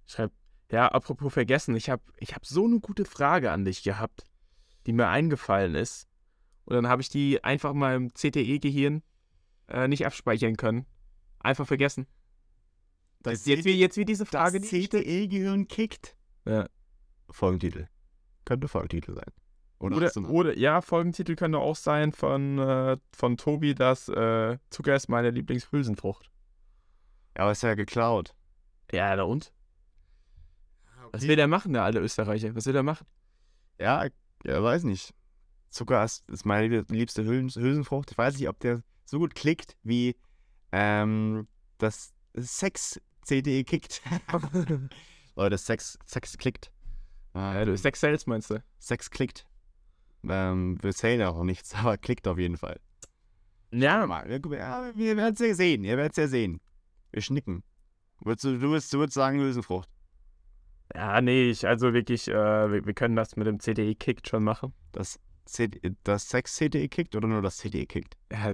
Speaker 1: schreib. Ja, apropos vergessen, ich habe ich hab so eine gute Frage an dich gehabt, die mir eingefallen ist. Und dann habe ich die einfach mal im CTE-Gehirn äh, nicht abspeichern können. Einfach vergessen. E Das E ist jetzt wie, jetzt wie diese Frage, die.
Speaker 2: CTE-Gehirn kickt.
Speaker 1: Ja.
Speaker 2: Folgentitel. Könnte Folgentitel sein.
Speaker 1: Oder, oder ja, Folgentitel könnte auch sein von, äh, von Tobi, dass äh, Zucker ist meine Lieblingshülsenfrucht.
Speaker 2: ja, aber ist ja geklaut.
Speaker 1: Ja, na und? Was will der machen, der alte Österreicher? Was will der machen?
Speaker 2: Ja, ja, weiß nicht. Zucker ist, ist meine lieb- liebste Hülsen, Hülsenfrucht. Ich weiß nicht, ob der so gut klickt wie ähm, das Sex-CDE E kickt. Leute, Sex, Sex klickt.
Speaker 1: Ja,
Speaker 2: Ähm,
Speaker 1: du Sex Sales meinst du?
Speaker 2: Sex klickt. Ähm, wir zählen auch nichts, aber klickt auf jeden Fall.
Speaker 1: Ja,
Speaker 2: mal. Wir, ja, wir werden es ja sehen. Ihr werdet es ja sehen. Wir schnicken. Würdest du, du, würdest, du würdest sagen Hülsenfrucht.
Speaker 1: ja nee, ich, also wirklich, äh, wir, wir können das mit dem CDE-Kick schon machen.
Speaker 2: Das, CD, das Sex-CDE kickt oder nur das CDE kickt?
Speaker 1: Ja,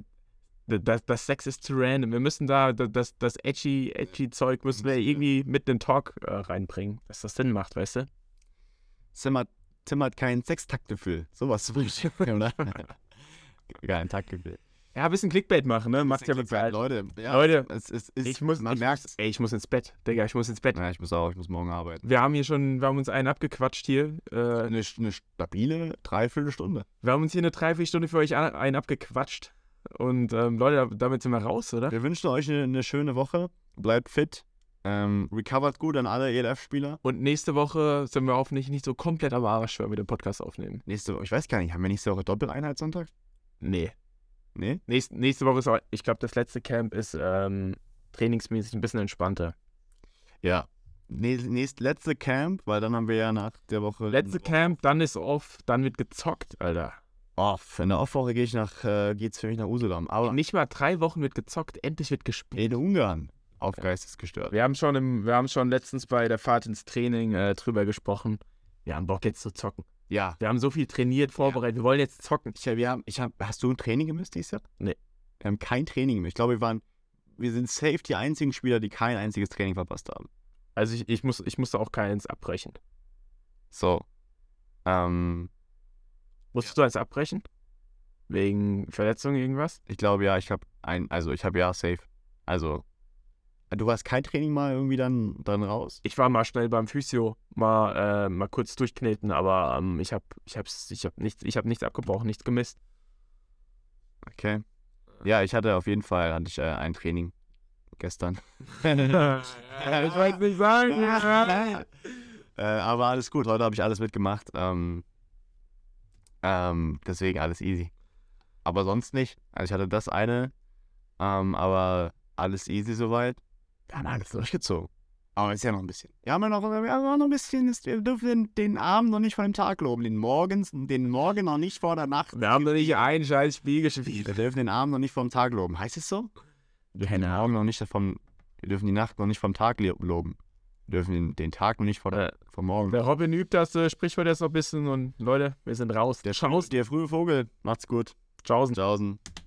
Speaker 1: das, das Sex ist zu random. Wir müssen da das- das, das edgy, edgy Zeug müssen wir irgendwie mit in den Talk äh, reinbringen, dass das Sinn macht, weißt du?
Speaker 2: Zimmer, Tim hat kein Sextaktgefühl. Sowas wünsche ich mir, oder? Kein Taktgefühl.
Speaker 1: Ja, ein bisschen Clickbait machen, ne? Macht ja bezahlt.
Speaker 2: Leute. Ja,
Speaker 1: Leute,
Speaker 2: es, es, es,
Speaker 1: Ich muss,
Speaker 2: halt man
Speaker 1: ich,
Speaker 2: merkt
Speaker 1: ey, ich muss ins Bett, Digga, ich muss ins Bett.
Speaker 2: Ja, ich muss auch, ich muss morgen arbeiten.
Speaker 1: Wir haben hier schon, wir haben uns einen abgequatscht hier. Äh,
Speaker 2: Eine, eine stabile Dreiviertelstunde.
Speaker 1: wir haben uns hier eine Dreiviertelstunde für euch an- einen abgequatscht. Und ähm, Leute, damit sind wir raus, oder?
Speaker 2: Wir wünschen euch eine, eine schöne Woche. Bleibt fit. Ähm, recovert gut an alle E ELF-Spieler.
Speaker 1: Und nächste Woche sind wir hoffentlich nicht so komplett am Arsch, wenn wir den Podcast aufnehmen.
Speaker 2: Nächste Woche, ich weiß gar nicht, haben wir nächste Woche Doppeleinheitssonntag?
Speaker 1: Nee.
Speaker 2: Nee?
Speaker 1: Nächste, nächste Woche ist, auch- ich glaube, das letzte Camp ist ähm, trainingsmäßig ein bisschen entspannter.
Speaker 2: Ja. Nächst, nächst, letzte Camp, weil dann haben wir ja nach der Woche.
Speaker 1: Letzte Camp, dann ist off, dann wird gezockt, Alter.
Speaker 2: Off. Oh, In der Off-Woche gehe ich nach, äh, geht's für mich nach Usedom. Aber
Speaker 1: Nicht mal drei Wochen wird gezockt, endlich wird gespielt.
Speaker 2: in Ungarn. Auf geistesgestört.
Speaker 1: Wir haben schon, im, wir haben schon letztens bei der Fahrt ins Training äh, drüber gesprochen. Wir haben Bock jetzt zu zocken.
Speaker 2: Ja.
Speaker 1: Wir haben so viel trainiert, vorbereitet, wir wollen jetzt zocken.
Speaker 2: Ich, wir haben, ich hab, hast du ein Training gemisst dieses Jahr?
Speaker 1: Nee.
Speaker 2: Wir haben kein Training gemisst. Ich glaube, wir waren, wir sind safe die einzigen Spieler, die kein einziges Training verpasst haben.
Speaker 1: Also ich, ich, muss, ich musste auch keins abbrechen.
Speaker 2: So. Ähm,
Speaker 1: Musstest du eins abbrechen? Wegen Verletzung irgendwas?
Speaker 2: ich glaube ja, ich habe ein, also ich habe ja safe. Also. Du warst kein Training mal irgendwie dann, dann raus?
Speaker 1: Ich war mal schnell beim Physio, mal, äh, mal kurz durchkneten, aber ähm, ich habe ich hab's, ich hab nichts, ich hab nichts abgebrochen, nichts gemisst.
Speaker 2: Okay. Ja, ich hatte auf jeden Fall, hatte ich äh, ein Training gestern.
Speaker 1: ich wollte nicht sagen.
Speaker 2: Äh, aber alles gut, heute habe ich alles mitgemacht. Ähm, ähm, deswegen alles easy. Aber sonst nicht. Also ich hatte das eine, ähm, aber alles easy soweit. Wir haben alles durchgezogen. Aber ist ja noch ein bisschen. Wir haben ja noch, wir haben auch noch ein bisschen, ist, wir dürfen den, den Abend noch nicht vor dem Tag loben, den Morgens, den Morgen noch nicht vor der Nacht.
Speaker 1: Wir haben doch nicht ein scheiß Spiel
Speaker 2: Wir
Speaker 1: gespielt.
Speaker 2: dürfen den Abend noch nicht vor dem Tag loben. Heißt es so?
Speaker 1: Keine
Speaker 2: Den Morgen noch nicht vom, wir dürfen die Nacht noch nicht vom Tag lo- loben. Wir dürfen den, den Tag noch nicht vor, der, vom Morgen.
Speaker 1: Der Robin übt das äh, Sprichwort jetzt noch ein bisschen und Leute, wir sind raus.
Speaker 2: Der Schaus, der frühe Vogel. Macht's gut.
Speaker 1: Tschaußen.
Speaker 2: Tschaußen.